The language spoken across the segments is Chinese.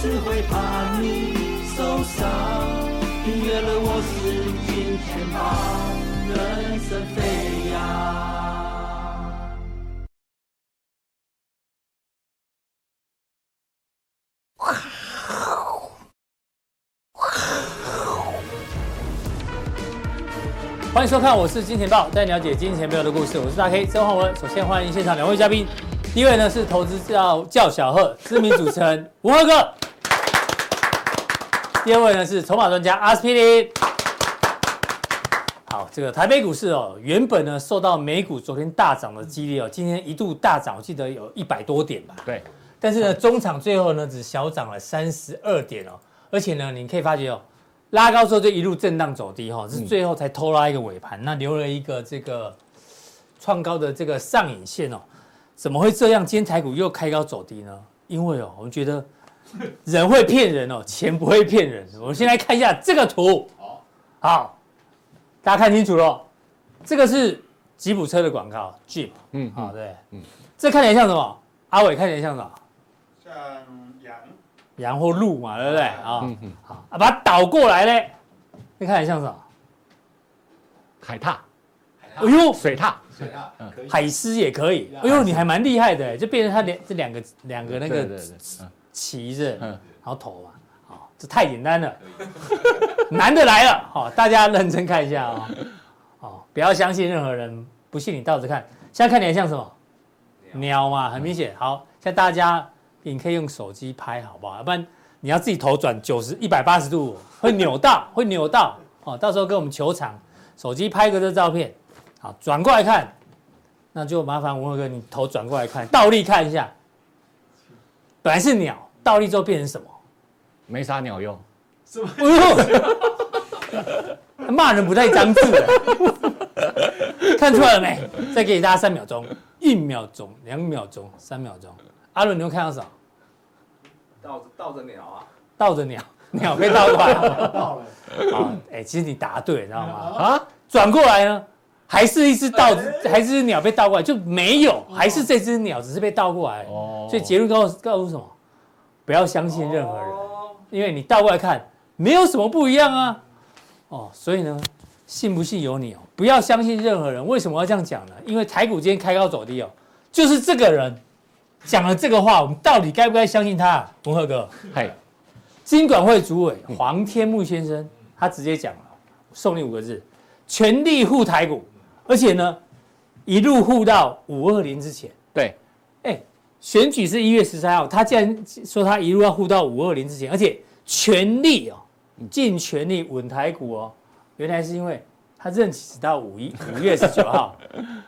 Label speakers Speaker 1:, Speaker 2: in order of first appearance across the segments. Speaker 1: 只会怕你受伤。订阅了我是金钱豹，人生飞扬。
Speaker 2: 欢迎收看，我是金钱豹，带你了解金钱背后的故事。我是大 K 曾焕文。首先欢迎现场两位嘉宾，第一位呢是投资教教小贺，知名主持人吴赫哥；第二位呢是筹码专家阿司匹林。好，这个台北股市哦，原本呢受到美股昨天大涨的激励哦，今天一度大涨，我记得有一百多点吧。
Speaker 3: 对，
Speaker 2: 但是呢，中场最后呢只小涨了三十二点哦，而且呢，你可以发觉哦，拉高之后就一路震荡走低哈、哦，
Speaker 3: 嗯
Speaker 2: 是最后才偷拉一个尾盘，那留了一个这个创高的这个上影线哦，怎么会这样？今天台股又开高走低呢？因为哦，我们觉得人会骗人 哦，钱不会骗人。我们先来看一下这个图，好，大家看清楚喽，这个是吉普车的广告，Jeep，
Speaker 3: 嗯，
Speaker 2: 好、对，
Speaker 3: 嗯
Speaker 2: 这看起来像什么？阿伟看起来像什么？
Speaker 4: 像羊，
Speaker 2: 羊或鹿嘛，对不对啊？
Speaker 3: 嗯嗯，
Speaker 2: 好，啊把它倒过来嘞，你看起来像什么？
Speaker 3: 海獭、
Speaker 2: 哎呦，
Speaker 3: 水獭，
Speaker 4: 水啊，可以。
Speaker 2: 海狮也可以。哎呦，你还蛮厉害的，就变成它两这两个两个那
Speaker 3: 对
Speaker 2: 个
Speaker 3: 对对，嗯
Speaker 2: 旗子，然
Speaker 3: 嗯，
Speaker 2: 后头嘛。好，这太简单了， 难的来了。好，大家认真看一下哦。哦，不要相信任何人，不信你倒着看。现在看起来像什么？鸟嘛，很明显。好，现在大家你可以用手机拍，好不好？要不然你要自己头转九十一百八十度，会扭到，会扭到。哦，到时候跟我们球场手机拍个这照片，好，转过来看，那就麻烦文和哥你头转过来看，倒立看一下。本来是鸟，倒立之后变成什么？
Speaker 3: 没啥鸟用，
Speaker 2: 哎呦， 骂人不带脏字的，看出来了没？再给大家三秒钟，一秒钟，两秒钟，三秒钟。阿伦，你又看到什么？
Speaker 5: 倒着倒着鸟啊，
Speaker 2: 倒着鸟，鸟被倒过来了。
Speaker 4: 到了，
Speaker 2: 好哎、其实你答对，你知道吗？
Speaker 3: 啊，
Speaker 2: 转过来呢，还是一只倒，还是一只鸟被倒过来，就没有，还是这只鸟只是被倒过来。
Speaker 3: 哦
Speaker 2: 所以结论告诉告诉什么？不要相信任何人。
Speaker 4: 哦
Speaker 2: 因为你倒过来看，没有什么不一样啊。哦，所以呢，信不信由你哦，不要相信任何人。为什么要这样讲呢？因为台股今天开高走低哦，就是这个人讲了这个话，我们到底该不该相信他、啊？文赫哥，
Speaker 3: 嘿，
Speaker 2: 金管会主委黄天木先生，他直接讲了，送你五个字：全力护台股，而且呢，一路护到五二零之前。
Speaker 3: 对，
Speaker 2: 哎，选举是一月十三号，他竟然说他一路要护到五二零之前，而且全力哦，尽全力稳台股哦。原来是因为他任期只到五一五月十九 号，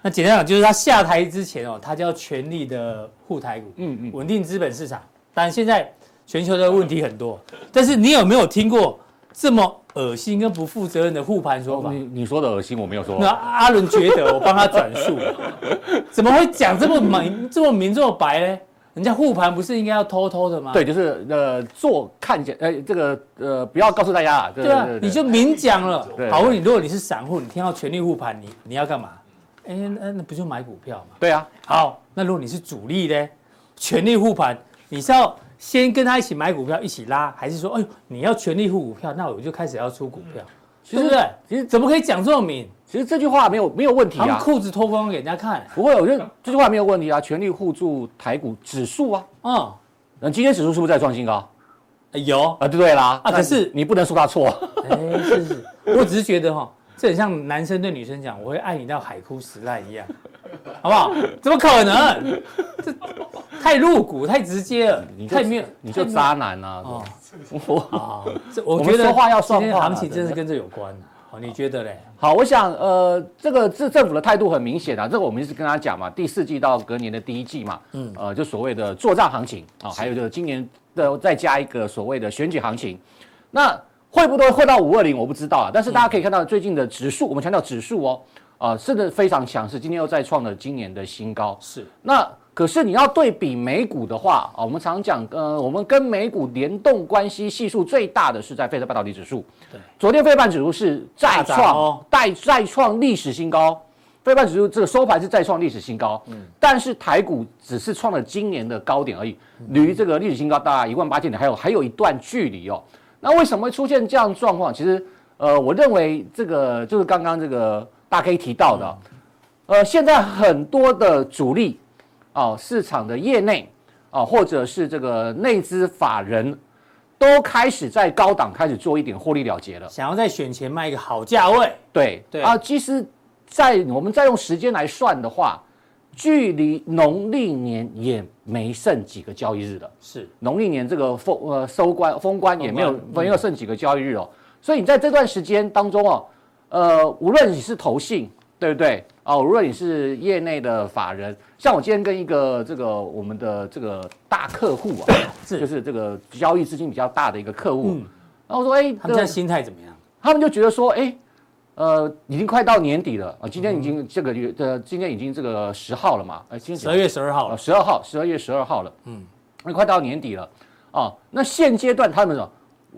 Speaker 2: 那简单讲就是他下台之前哦，他就要全力的护台股，
Speaker 3: 嗯嗯，
Speaker 2: 稳定资本市场。当然现在全球的问题很多，但是你有没有听过这么恶心跟不负责任的护盘说法？
Speaker 3: 哦你你说的恶心，我没有说
Speaker 2: 那，阿伦觉得我帮他转述，怎么会讲这么明、这么明、这么白呢？人家护盘不是应该要偷偷的吗？
Speaker 3: 对，就是呃，做看见，呃，这个呃，不要告诉大家啊，对
Speaker 2: 对啊，你就明讲了
Speaker 3: 对。
Speaker 2: 好，我问你，如果你是散户，你听到全力护盘，你你要干嘛？哎，那那不就买股票吗？
Speaker 3: 对啊，
Speaker 2: 好，那如果你是主力呢，全力护盘，你是要先跟他一起买股票一起拉，还是说，哎呦，你要全力护股票，那我就开始要出股票，
Speaker 3: 其
Speaker 2: 对不
Speaker 3: 实
Speaker 2: 对？其实怎么可以讲这么明？
Speaker 3: 其实这句话没有没有问题
Speaker 2: 他们
Speaker 3: 啊，
Speaker 2: 裤子脱光给人家看，
Speaker 3: 不会，我觉得这句话没有问题啊，全力互助台股指数啊，
Speaker 2: 嗯，
Speaker 3: 那今天指数是不是在创新高
Speaker 2: 哎有。
Speaker 3: 啊？对啦，
Speaker 2: 啊可是
Speaker 3: 那你不能说它错，
Speaker 2: 哎，是是，我只是觉得哈，这很像男生对女生讲“我会爱你到海枯石烂”一样，好不好？怎么可能？这太露骨、太直接了
Speaker 3: 你，就
Speaker 2: 太没有，
Speaker 3: 你就
Speaker 2: 太没有
Speaker 3: 渣男啊，
Speaker 2: 哦
Speaker 3: 我
Speaker 2: 啊！这我
Speaker 3: 我
Speaker 2: 觉
Speaker 3: 们
Speaker 2: 得
Speaker 3: 说话要算
Speaker 2: 今天
Speaker 3: 话
Speaker 2: 行
Speaker 3: 嘛
Speaker 2: 情
Speaker 3: 对
Speaker 2: 真
Speaker 3: 不
Speaker 2: 是
Speaker 3: 对
Speaker 2: 跟这有关啊哦，你觉得嘞？
Speaker 3: 好，我想，呃，这个政政府的态度很明显啊，这个我们一直跟他讲嘛，第四季到隔年的第一季嘛，
Speaker 2: 嗯
Speaker 3: 嗯，呃，就所谓的做账行情啊、还有就是今年的再加一个所谓的选举行情，那会不会会到五二零我不知道啊，但是大家可以看到最近的指数，我们强调指数哦，啊、真的非常强势，今天又再创了今年的新高，
Speaker 2: 是
Speaker 3: 那可是你要对比美股的话啊，我们常讲，呃，我们跟美股联动关系系数最大的是在费城半导体指数。
Speaker 2: 对，
Speaker 3: 昨天费半指数是再
Speaker 2: 大涨
Speaker 3: 创
Speaker 2: 哦
Speaker 3: 再再创历史新高，非半指数这个收盘是再创历史新高，
Speaker 2: 嗯
Speaker 3: 但是台股只是创了今年的高点而已，离这个历史新高大概一万八千点还有还有一段距离哦。那为什么会出现这样的状况？其实，呃，我认为这个就是刚刚这个大 K 提到的哦，
Speaker 2: 嗯
Speaker 3: 呃，现在很多的主力哦，市场的业内啊、哦，或者是这个内资法人，都开始在高档开始做一点获利了结了。
Speaker 2: 想要在选前卖一个好价位，
Speaker 3: 对
Speaker 2: 对
Speaker 3: 啊，其实，在我们再用时间来算的话，距离农历年也没剩几个交易日了。
Speaker 2: 是
Speaker 3: 农历年这个封呃收官封关也没有
Speaker 2: 封关嗯
Speaker 3: 没有剩几个交易日哦，所以你在这段时间当中哦，呃，无论你是投信，对不对？哦，无论你是业内的法人，像我今天跟一个这个我们的这个大客户啊，
Speaker 2: 是
Speaker 3: 就是这个交易资金比较大的一个客户，
Speaker 2: 嗯
Speaker 3: 然后我说哎，
Speaker 2: 他们现在
Speaker 3: 这
Speaker 2: 心态怎么样？
Speaker 3: 他们就觉得说，哎、呃，已经快到年底了啊，今天已经这个月，呃，今天已经这个十号了嘛，呃，今
Speaker 2: 嗯
Speaker 3: 天
Speaker 2: 十二月十二号
Speaker 3: 啊，
Speaker 2: 了，
Speaker 3: 十二号，十二月十二号了，嗯，那快到年底了啊，那现阶段他们说，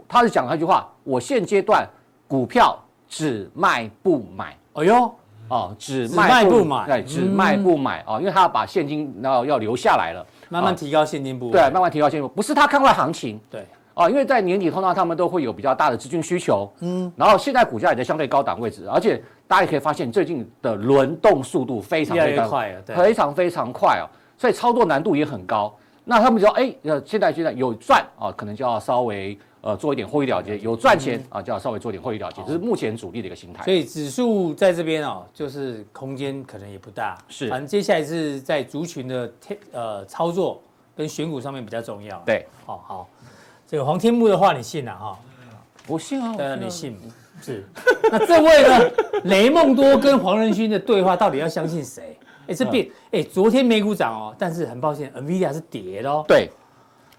Speaker 3: 他是讲那句话，我现阶段股票只卖不买。
Speaker 2: 哎呦，
Speaker 3: 哦，只
Speaker 2: 只
Speaker 3: 卖
Speaker 2: 卖
Speaker 3: 不
Speaker 2: 不买嗯
Speaker 3: 对，只卖不买啊、哦，因为他要把现金要要留下来了，
Speaker 2: 慢慢
Speaker 3: 啊
Speaker 2: 提高现金部位，
Speaker 3: 对，慢慢提高现金，不是他看坏行情，
Speaker 2: 对，
Speaker 3: 啊，因为在年底通常他们都会有比较大的资金需求，嗯，然后现在股价也在相对高档位置，而且大家也可以发现最近的轮动速度非常
Speaker 2: 越来
Speaker 3: 非
Speaker 2: 越
Speaker 3: 常
Speaker 2: 快了，对，
Speaker 3: 非常非常快哦，所以操作难度也很高。那他们就说，哎，呃，现在现在有赚啊，可能就要稍微呃做一点获利了结，有赚钱啊就要稍微做一点获利了结，这是目前主力的一个心态
Speaker 2: 所。以指数在这边哦，就是空间可能也不大，
Speaker 3: 是
Speaker 2: 反正接下来是在族群的天呃操作跟选股上面比较重要。，
Speaker 3: 对，
Speaker 2: 好、好，这个黄天木的话你信了、啊哈？
Speaker 3: 不信啊，我
Speaker 2: 当然
Speaker 3: 信
Speaker 2: 你
Speaker 3: 啊
Speaker 2: 信是。 那这位呢，雷梦多跟黄仁勋的对话到底要相信谁？哎，
Speaker 3: 嗯
Speaker 2: 这变哎，昨天美股涨哦，但是很抱歉，NVIDIA 是跌的哦。
Speaker 3: 对，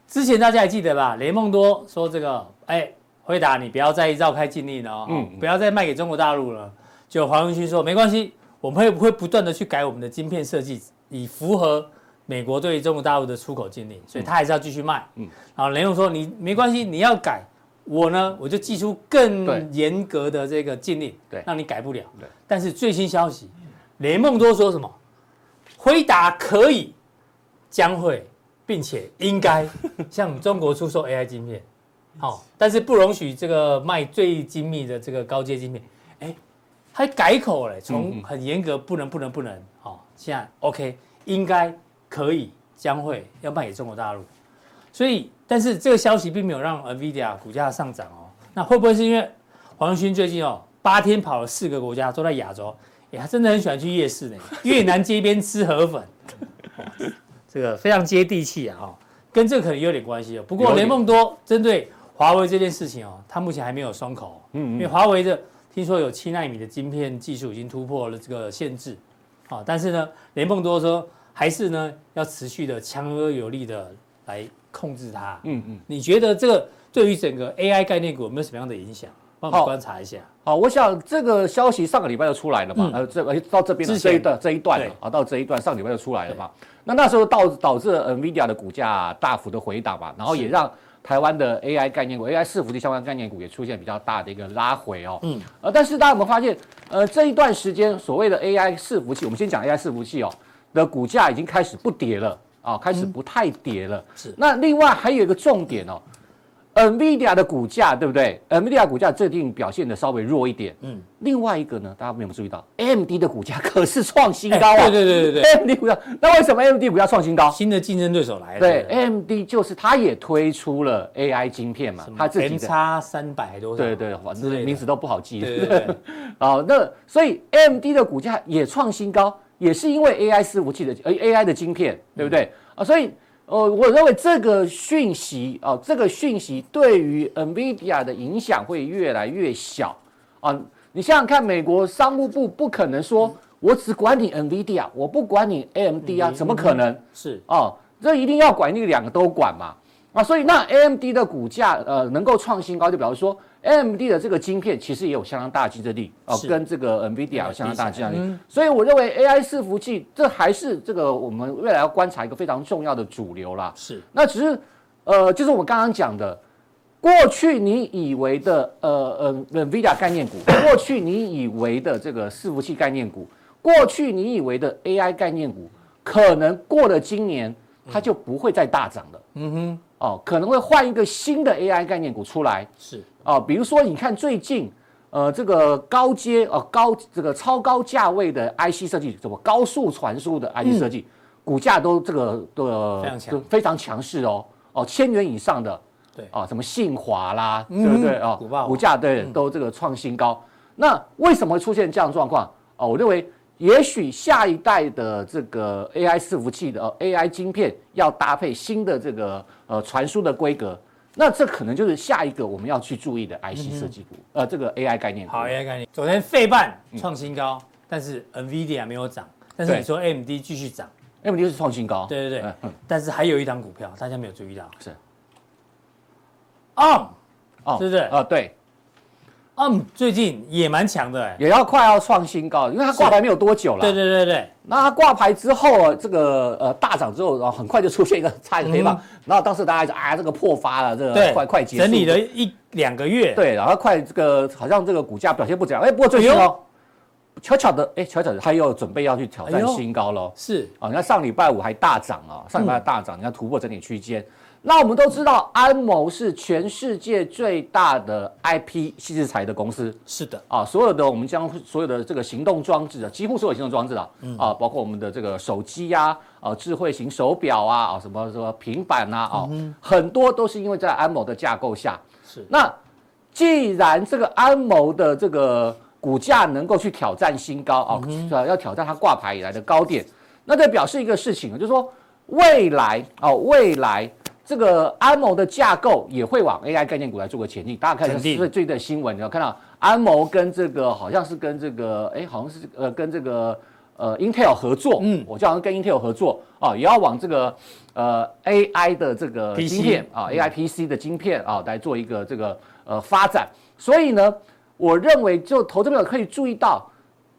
Speaker 2: 之前大家还记得吧？雷梦多说这个，哎，回答你不要再绕开禁令了、哦，
Speaker 3: 嗯嗯
Speaker 2: 不要再卖给中国大陆了。就黄仁勋说没关系，我们会会不断的去改我们的晶片设计，以符合美国对中国大陆的出口禁
Speaker 3: 嗯
Speaker 2: 令，所以他还是要继续卖。嗯，然后雷梦说你没关系，你要改，我呢我就寄出
Speaker 3: 对
Speaker 2: 更严格的这个禁令，
Speaker 3: 对
Speaker 2: 让你改不了。
Speaker 3: 对，
Speaker 2: 但是最新消息，雷梦多说什么？回答可以，将会，并且应该向中国出售 AI 晶片，好、但是不容许这个卖最精密的这个高阶晶片。哎，还改口了，从很严格不能不能不能，好、现在 OK，应该可以，将会要卖给中国大陆。所以，但是这个消息并没有让 NVIDIA 股价上涨哦。那会不会是因为黄仁勋最近哦八天跑了四个国家，都在亚洲？哎，他真的很喜欢去夜市呢，越南街边吃河粉， 这个非常接地气啊、哦，跟这个可能有点关系哦。不过
Speaker 3: 有点
Speaker 2: 雷梦多针对华为这件事情哦，他目前还没有松口哦、
Speaker 3: 嗯
Speaker 2: 因为华为的听说有七纳米的晶片技术已经突破了这个限制，啊，但是呢，雷梦多说还是呢要持续的强而有力的来控制它。
Speaker 3: 嗯嗯。
Speaker 2: 你觉得这个对于整个 AI 概念股有没有什么样的影响？帮我们
Speaker 3: 好
Speaker 2: 观察一下。
Speaker 3: 好，我想这个消息上个礼拜就出来了嘛
Speaker 2: 嗯，
Speaker 3: 呃，这呃到这边了
Speaker 2: 之
Speaker 3: 这
Speaker 2: 前
Speaker 3: 一段这一段了
Speaker 2: 对
Speaker 3: 啊，到这一段上礼拜就出来了嘛。那那时候导导致 NVIDIA 的股价大幅的回档嘛，然后也让台湾的 AI 概念股、AI 伺服器相关概念股也出现比较大的一个拉回哦。
Speaker 2: 嗯
Speaker 3: 嗯，呃，但是大家有没有发现，呃，这一段时间所谓的 AI 伺服器，我们先讲 AI 伺服器哦的股价已经开始不跌了啊，开
Speaker 2: 嗯
Speaker 3: 始不太跌了。
Speaker 2: 是
Speaker 3: 那另外还有一个重点哦。NVIDIA 的股价对不对？NVIDIA 股价最近表现的稍微弱一点。
Speaker 2: 嗯
Speaker 3: 嗯，另外一个呢，大家有没有注意到？AMD 的股价可是创新
Speaker 2: 哎
Speaker 3: 高啊！
Speaker 2: 对对对对对，
Speaker 3: AMD 股价，那为什么 AMD 股价创新高？
Speaker 2: 新的竞争哎对手来了。
Speaker 3: 对
Speaker 2: 不
Speaker 3: ，AMD 就是它也推出了 AI 晶片嘛
Speaker 2: 什，
Speaker 3: 它
Speaker 2: 么
Speaker 3: 自己
Speaker 2: M
Speaker 3: 的。
Speaker 2: 叉三百多少？
Speaker 3: 对对，反
Speaker 2: 之类的
Speaker 3: 正名字都不好记。
Speaker 2: 对对对，
Speaker 3: 好，那所以 AMD 的股价也创新高，也是因为 AI 伺服器的呃 AI 的晶片，对不对？啊，所以呃，我认为这个讯息啊、这个讯息对于 NVIDIA 的影响会越来越小啊。你想想看，美国商务部不可能说我只管你 NVIDIA，我不管你 AMD 啊，怎么可能？
Speaker 2: 是
Speaker 3: 哦，这一定要管，那两个都管嘛。啊，所以那 AMD 的股价呃能够创新高，就表示说 AMD 的这个晶片其实也有相当大的竞争力哦、
Speaker 2: 是
Speaker 3: 跟这个 NVIDIA 有相当大的竞争力。
Speaker 2: 嗯
Speaker 3: 所以我认为 AI 伺服器这还是这个我们未来要观察一个非常重要的主流啦。
Speaker 2: 是
Speaker 3: 那只是呃，就是我们刚刚讲的，过去你以为呃的呃呃 NVIDIA 概念股，过去你以为的这个伺服器概念股，过去你以为的 AI 概念股，可能过了今年它就不会再大涨了。
Speaker 2: 嗯哼，
Speaker 3: 哦，可能会换一个新的 AI 概念股出来。
Speaker 2: 是
Speaker 3: 哦，比如说你看最近，呃，这个高阶哦、呃、高这个超高价位的 IC 设计，什么高速传输的 IC 设计，股价都这个的、呃
Speaker 2: 嗯非常强
Speaker 3: 都非常强势哦，哦，千元以上的，
Speaker 2: 对
Speaker 3: 哦，什么信华啦，
Speaker 2: 嗯
Speaker 3: 对不对哦
Speaker 2: 股霸，王
Speaker 3: 股价对
Speaker 2: 嗯
Speaker 3: 都这个创新高。那为什么会出现这样的状况？哦，我认为也许下一代的这个 AI 伺服器的、呃、AI 晶片要搭配新的这个呃传输的规格，那这可能就是下一个我们要去注意的 IC 设计股，呃，这个 AI 概念
Speaker 2: 嗯
Speaker 3: 股。
Speaker 2: 好 AI 概念。昨天费半创新高，但是 NVIDIA 没有涨，但是
Speaker 3: 嗯对
Speaker 2: 你说 AMD 继续涨，
Speaker 3: m d 就是创新高。
Speaker 2: 对对对
Speaker 3: 嗯嗯，
Speaker 2: 但是还有一档股票大家没有注意到，
Speaker 3: 是
Speaker 2: ARM
Speaker 3: 哦
Speaker 2: 对不对
Speaker 3: 啊，对，
Speaker 2: ARM 最近也蛮强的哎，
Speaker 3: 也要快要创新高，因为它挂牌没有多久了。
Speaker 2: 对对对对，
Speaker 3: 那它挂牌之后，这个呃大涨之后，然后很快就出现一个 差点黑棒，然后当时大家就啊这个破发了，这个
Speaker 2: 嗯对，
Speaker 3: 快快结束
Speaker 2: 整理了一两个月，
Speaker 3: 对，然后快这个好像这个股价表现不怎样，哎，不过最近
Speaker 2: 哎
Speaker 3: 哦，悄悄的哎悄悄的，它又准备要去挑
Speaker 2: 哎
Speaker 3: 战
Speaker 2: 呦
Speaker 3: 新高喽。
Speaker 2: 是
Speaker 3: 啊，你看上礼拜五还大涨啊，上礼拜大涨，你看突破整理区间。那我们都知道，安谋是全世界最大的 IP 细制材的公司，
Speaker 2: 是的，
Speaker 3: 啊，所有的我们将所有的这个行动装置啊，几乎所有行动装置啊，
Speaker 2: 嗯
Speaker 3: 啊，包括我们的这个手机呀、啊，智慧型手表啊，啊，什么什么平板呐、啊，啊，
Speaker 2: 嗯
Speaker 3: 很多都是因为在安某的架构下。
Speaker 2: 是
Speaker 3: 那既然这个安某的这个股价能够去挑战新高啊，啊要挑战它挂牌以来的高点，那这表示一个事情，就是说未来啊，未来。这个安某的架构也会往 AI 概念股来做个前进，大家看一下
Speaker 2: 肯定
Speaker 3: 最最近的新闻，你有看到安谋跟这个好像是跟这个哎，好像是呃跟这个呃 Intel 合作，嗯
Speaker 2: 嗯，
Speaker 3: 我就好像跟 Intel 合作啊，也要往这个呃 AI 的这个
Speaker 2: PC
Speaker 3: 晶片
Speaker 2: 嗯
Speaker 3: 啊，AI PC 的晶片啊来做一个这个呃发展。所以呢，我认为就投资朋友可以注意到。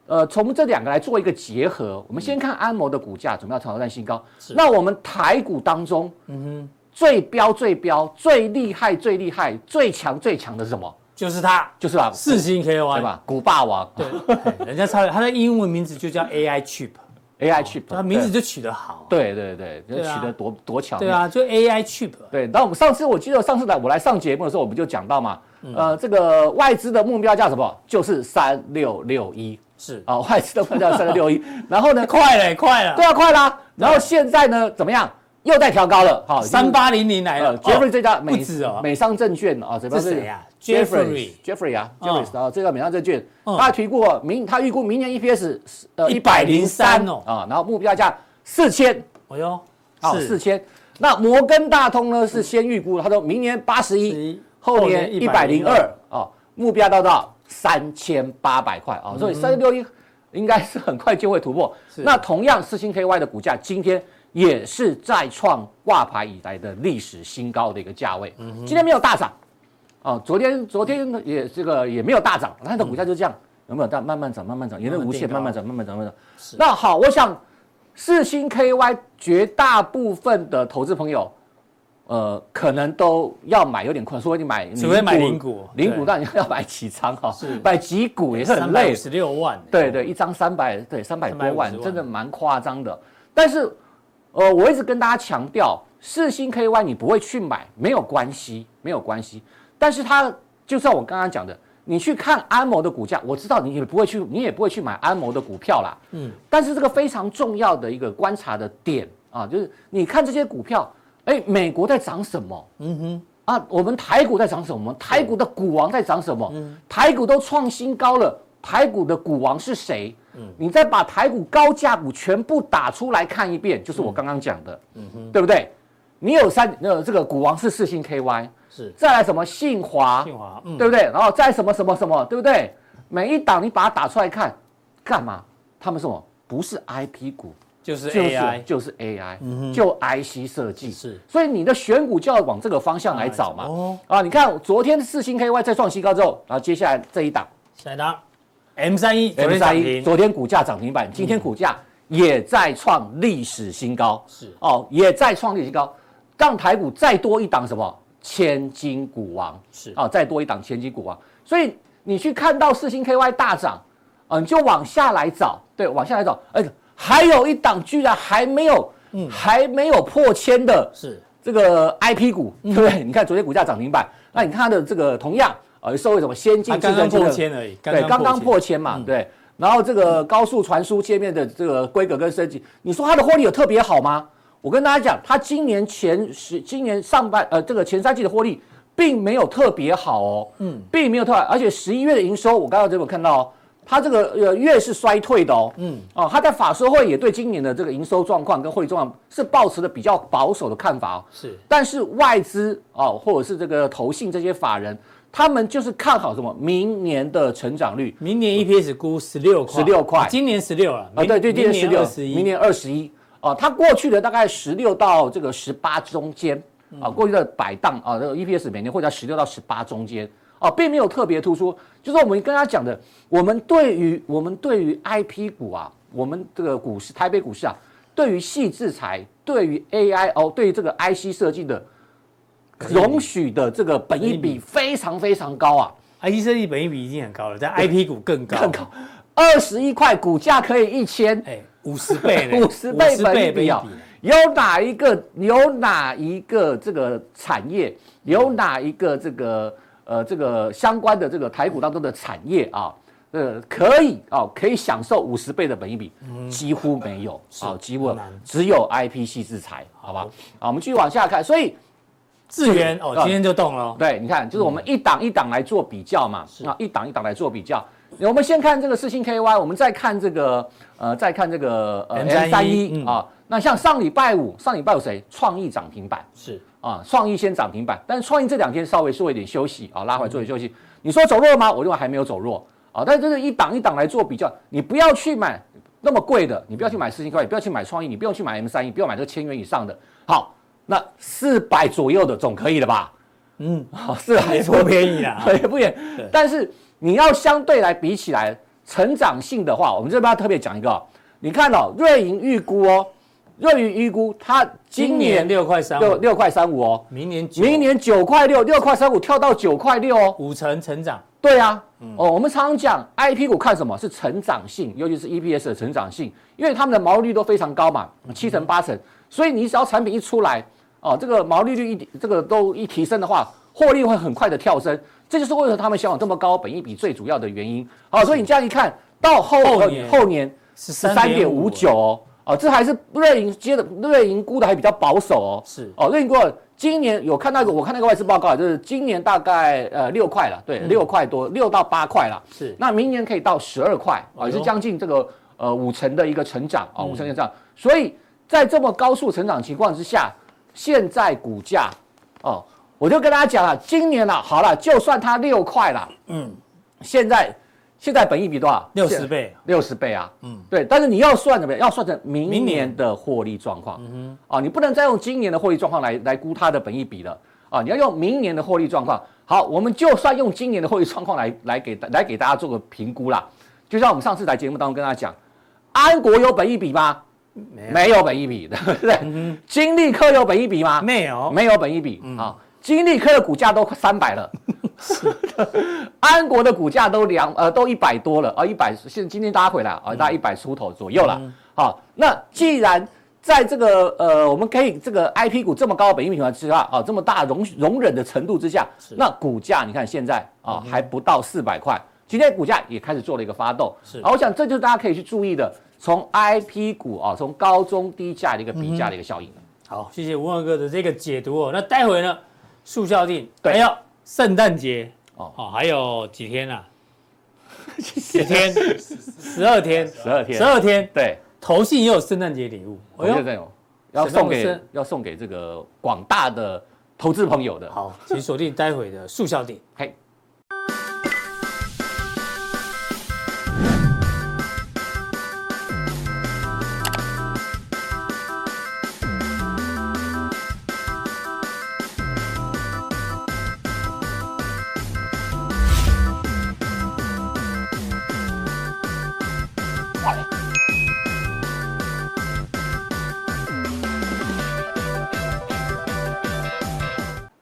Speaker 3: 呃，从这两个来做一个结合，我们先看安谋的股价准备要挑战新高。那我们台股当中，嗯哼，最标最标最厉害最厉害最强最强的是什么？
Speaker 2: 就是它，
Speaker 3: 就是啊，
Speaker 2: 四星 KY
Speaker 3: 对？吧？股霸王，
Speaker 2: 对，嘿哎人家超人，它的英文名字就叫 AI chip，
Speaker 3: ，AI chip，
Speaker 2: 它名字就取得好，
Speaker 3: 对对对，对就
Speaker 2: 对啊
Speaker 3: 取得多多巧妙。
Speaker 2: 对啊，就 AI chip，
Speaker 3: 对，然后我们上次我记得上次来我来上节目的时候，我们就讲到嘛，
Speaker 2: 嗯
Speaker 3: 呃，这个外资的目标价什么？就是三六六一
Speaker 2: 是
Speaker 3: 啊，外资的目标价三六六一。然后呢，
Speaker 2: 快了，快了
Speaker 3: 对，啊，快啦。然后现在呢，怎么样？又在调高了，好，
Speaker 2: 三八零零来了
Speaker 3: 呃，Jeffrey 这家
Speaker 2: 不
Speaker 3: 美
Speaker 2: 止哦
Speaker 3: 美商证券啊，怎么样
Speaker 2: 这谁啊
Speaker 3: Jeffrey Jeffrey 啊
Speaker 2: 嗯
Speaker 3: ，Jeffrey 啊，这个美商证券，
Speaker 2: 嗯
Speaker 3: 他提过明他预估明年 EPS 呃
Speaker 2: 103哦
Speaker 3: 啊，然后目标价四千。
Speaker 2: 哦哟，
Speaker 3: 呃好，四千。那摩根大通呢是先预估，他说明年八嗯十一，
Speaker 2: 11
Speaker 3: 后年一百零二
Speaker 2: 102
Speaker 3: 啊，目标到到三千八百块啊，所以三十六亿应该是很快就会突破。
Speaker 2: 是
Speaker 3: 那同样，四星 KY 的股价今天也是再创挂牌以来的历史新高的一个价位，今天没有大涨啊，昨天昨天呢也这个也没有大涨，它的股价就这样。有没有？但慢慢涨，慢慢涨，沿着
Speaker 2: 慢慢
Speaker 3: 无限
Speaker 2: 垫高
Speaker 3: 嗯慢慢涨，慢慢涨，慢慢涨。那好，我想四星 KY 绝大部分的投资朋友，呃，可能都要买有点困难，所以你买
Speaker 2: 只会买零股
Speaker 3: 零股
Speaker 2: 对
Speaker 3: 但你要买几张哈、买几股也是很
Speaker 2: 三百
Speaker 3: 累
Speaker 2: 五。十六万，
Speaker 3: 对对，一张三百，对三百多万
Speaker 2: 350，万
Speaker 3: 真的蛮夸张的。但是，呃，我一直跟大家强调，四星 KY 你不会去买，没有关系，没有关系。但是它就像我刚刚讲的，你去看安谋的股价，我知道你也不会去，你也不会去买安谋的股票啦。嗯。但是这个非常重要的一个观察的点啊，就是你看这些股票，哎，美国在涨什么？啊，我们台股在涨什么？台股的股王在涨什么？
Speaker 2: 嗯
Speaker 3: 台股都创新高了，台股的股王是谁？
Speaker 2: 嗯
Speaker 3: 你再把台股高价股全部打出来看一遍，就是
Speaker 2: 嗯
Speaker 3: 我刚刚讲的，对不对？你有三呃，这个股王是四星 KY，
Speaker 2: 是
Speaker 3: 再来什么信华，
Speaker 2: 信华，嗯，
Speaker 3: 对不对？然后再什么什么什么，对不对？每一档你把它打出来看，干嘛？他们什么？不是 IP 股，
Speaker 2: 就是
Speaker 3: 就是
Speaker 2: AI，
Speaker 3: 就是 AI，、就 IC 设计
Speaker 2: 是
Speaker 3: 所以你的选股就要往这个方向来找嘛。
Speaker 2: 哦
Speaker 3: 啊，你看昨天四星 KY 再创新高之后，然后接下来这一档
Speaker 2: 下一档 M 三一，昨
Speaker 3: M
Speaker 2: 天
Speaker 3: 三
Speaker 2: 哎涨
Speaker 3: 一，
Speaker 2: 停，嗯
Speaker 3: 昨天股价涨停板，今天股价也在创历史新高，
Speaker 2: 是
Speaker 3: 哦，也在创历史新高，让台股再多一档什么千金股王哦
Speaker 2: 是
Speaker 3: 啊，再多一档千金股王。所以你去看到四星 KY 大涨，啊，你就往下来找，对，往下来找，而且还有一档居然还没有，
Speaker 2: 嗯
Speaker 3: 还没有破千的
Speaker 2: 是
Speaker 3: 这个 IP 股，
Speaker 2: 嗯
Speaker 3: 对不对？你看昨天股价涨停板，那你看它的这个同样呃受惠什么先进
Speaker 2: 它
Speaker 3: 制
Speaker 2: 啊刚刚
Speaker 3: 程这个
Speaker 2: 破千而已，
Speaker 3: 对，刚刚破
Speaker 2: 千
Speaker 3: 千嗯嘛，对。然后这个高速传输界面的这个规格跟升级，你说它的获利有特别好吗？我跟大家讲，它今年前十，今年上半呃这个前三季的获利并没有特别好哦，嗯，并没有特别好，而且十一月的营收，我刚刚这边有看到哦，它这个呃月是衰退的哦，嗯，哦，它在法说会也对今年的这个营收状况跟获利状况是抱持的比较保守的看法哦，
Speaker 2: 是
Speaker 3: 但是外资哦，或者是这个投信这些法人，他们就是看好什么明年的成长率
Speaker 2: 明年 EPS 估十六块，
Speaker 3: 16块
Speaker 2: 啊今年十六了，
Speaker 3: 啊，对对，今
Speaker 2: 明
Speaker 3: 年十
Speaker 2: 年
Speaker 3: 六
Speaker 2: 二，十一，
Speaker 3: 明年二十一啊，它过去的大概十六到这个十八中间啊，
Speaker 2: 嗯
Speaker 3: 过去的摆荡啊，这个 EPS 每年会在十六到十八中间啊，并没有特别突出，就是我们跟他讲的，我们对于我们对于 IP 股啊，我们这个股市台北股市啊，对于细制材，对于 AI 哦，对于这个 IC 设计的。容许的这个本益比非常非常高啊，
Speaker 2: IP 设计本益比已经很高了，但 IP 股更高，
Speaker 3: 更高，二十一块股价可以一千，
Speaker 2: 哎，五十倍呢，
Speaker 3: 五十倍
Speaker 2: 50
Speaker 3: 本益比
Speaker 2: 益
Speaker 3: 啊，有哪一个有哪一个这个产业，有哪一个这个呃这个相关的这个台股当中的产业啊，呃可以啊可以享受五十倍的本益比，几乎没有啊，几乎
Speaker 2: 嗯很难嗯
Speaker 3: 只有 IP 系制裁，好吧？啊，我们继续往下看，所以
Speaker 2: 智源哦，
Speaker 3: 啊
Speaker 2: 今天就动了哦，
Speaker 3: 对，你看，就是我们一档一档来做比较嘛，啊，一档一档来做比较。我们先看这个四星 KY，我们再看这个呃，再看这个呃
Speaker 2: M31
Speaker 3: 31
Speaker 2: 嗯
Speaker 3: 啊。那像上礼拜五，上礼拜五谁创意涨停板
Speaker 2: 是
Speaker 3: 啊？创意先涨停板，但是创意这两天稍微做一点休息啊，拉回做一点休息。你说走弱吗？我认为还没有走弱啊，但是就是一档一档来做比较，你不要去买那么贵的，你不要去买四星 KY，你不要去买创意，你不要去买 M 三一，不要买这个千元以上的。好，那四百左右的总可以了吧？
Speaker 2: 嗯，
Speaker 3: 好，四百
Speaker 2: 也不便宜 啦，
Speaker 3: 对，不远
Speaker 2: 对。
Speaker 3: 但是你要相对来比起来，成长性的话，我们这边要特别讲一个、哦，你看哦，瑞银预估哦，瑞银预估它今
Speaker 2: 今年
Speaker 3: 年
Speaker 2: 六块三，
Speaker 3: 六六块三五哦，
Speaker 2: 明年九
Speaker 3: 明年九块六，六块三五跳到九块六哦。
Speaker 2: 五成成长，
Speaker 3: 对啊，哦，我们常常讲 I P 股看什么是成长性，尤其是 E P S 的成长性，因为他们的毛利率都非常高嘛，七成八成，所以你只要产品一出来，哦，这个毛利率一这个都一提升的话，获利会很快的跳升，这就是为何他们向往这么高本益比最主要的原因。好，所以你这样一看到后
Speaker 2: 后
Speaker 3: 嗯后
Speaker 2: 年
Speaker 3: 年后年
Speaker 2: 是
Speaker 3: 十三点五九哦，哦，这还是瑞银接的瑞银估的还比较保守哦，
Speaker 2: 是
Speaker 3: 哦，瑞银估的今年有看到一个，我看那个外资报告，就是今年大概呃六块了，
Speaker 2: 嗯
Speaker 3: 对，六块多，六到八块了，
Speaker 2: 是
Speaker 3: 那明年可以到十二块啊，也
Speaker 2: 哎
Speaker 3: 是
Speaker 2: 呦嗯
Speaker 3: 将近这个呃五成的一个成长啊，五成的成长，所以在这么高速成长情况之下，现在股价哦，我就跟大家讲了，今年啦，好了，就算它六块啦，嗯，现在现在本益比多少？
Speaker 2: 六十倍，
Speaker 3: 六十倍啊，嗯，对，但是你要算怎么样？要算成明
Speaker 2: 明
Speaker 3: 年
Speaker 2: 年
Speaker 3: 的获利状况，嗯啊，你不能再用今年的获利状况来来估它的本益比了，啊，你要用明年的获利状况。好，我们就算用今年的获利状况来来给来给大家做个评估啦。就像我们上次来节目当中跟大家讲，安国有本益比吗？
Speaker 2: 没
Speaker 3: 没有本嗯益比，对不对？金利科有本益比吗？
Speaker 2: 没有，
Speaker 3: 没有本益比啊。金利科的股价都三百了，安国的股价都两呃都一百多了啊，一百现今天大家回来啊，大概一百出头左右了。好，那既然在这个呃我们可以这个 I P 股这么高的本益比情况之下啊，这么大容容忍的程度之下，那股价你看现在啊还不到四百块，今天股价也开始做了一个发动。
Speaker 2: 是
Speaker 3: 啊，我想这就是大家可以去注意的，从 I P 股啊从高中低价的一个比价的一个效应。
Speaker 2: 好，谢谢吴文哥的这个解读哦。那待会呢，速效定，
Speaker 3: 对
Speaker 2: 还有圣诞节
Speaker 3: 哦
Speaker 2: 哦，好，还有几天 啊？几天？十二天，
Speaker 3: 十二天
Speaker 2: 十二天。
Speaker 3: 对。
Speaker 2: 投信也有圣诞节礼物，
Speaker 3: 我
Speaker 2: 哎
Speaker 3: 们就
Speaker 2: 呦，
Speaker 3: 这种要
Speaker 2: 沈
Speaker 3: 送
Speaker 2: 老
Speaker 3: 给
Speaker 2: 师
Speaker 3: 要送给这个广大的投资朋友的。
Speaker 2: 好，请锁定待会的速效定。
Speaker 3: 嘿，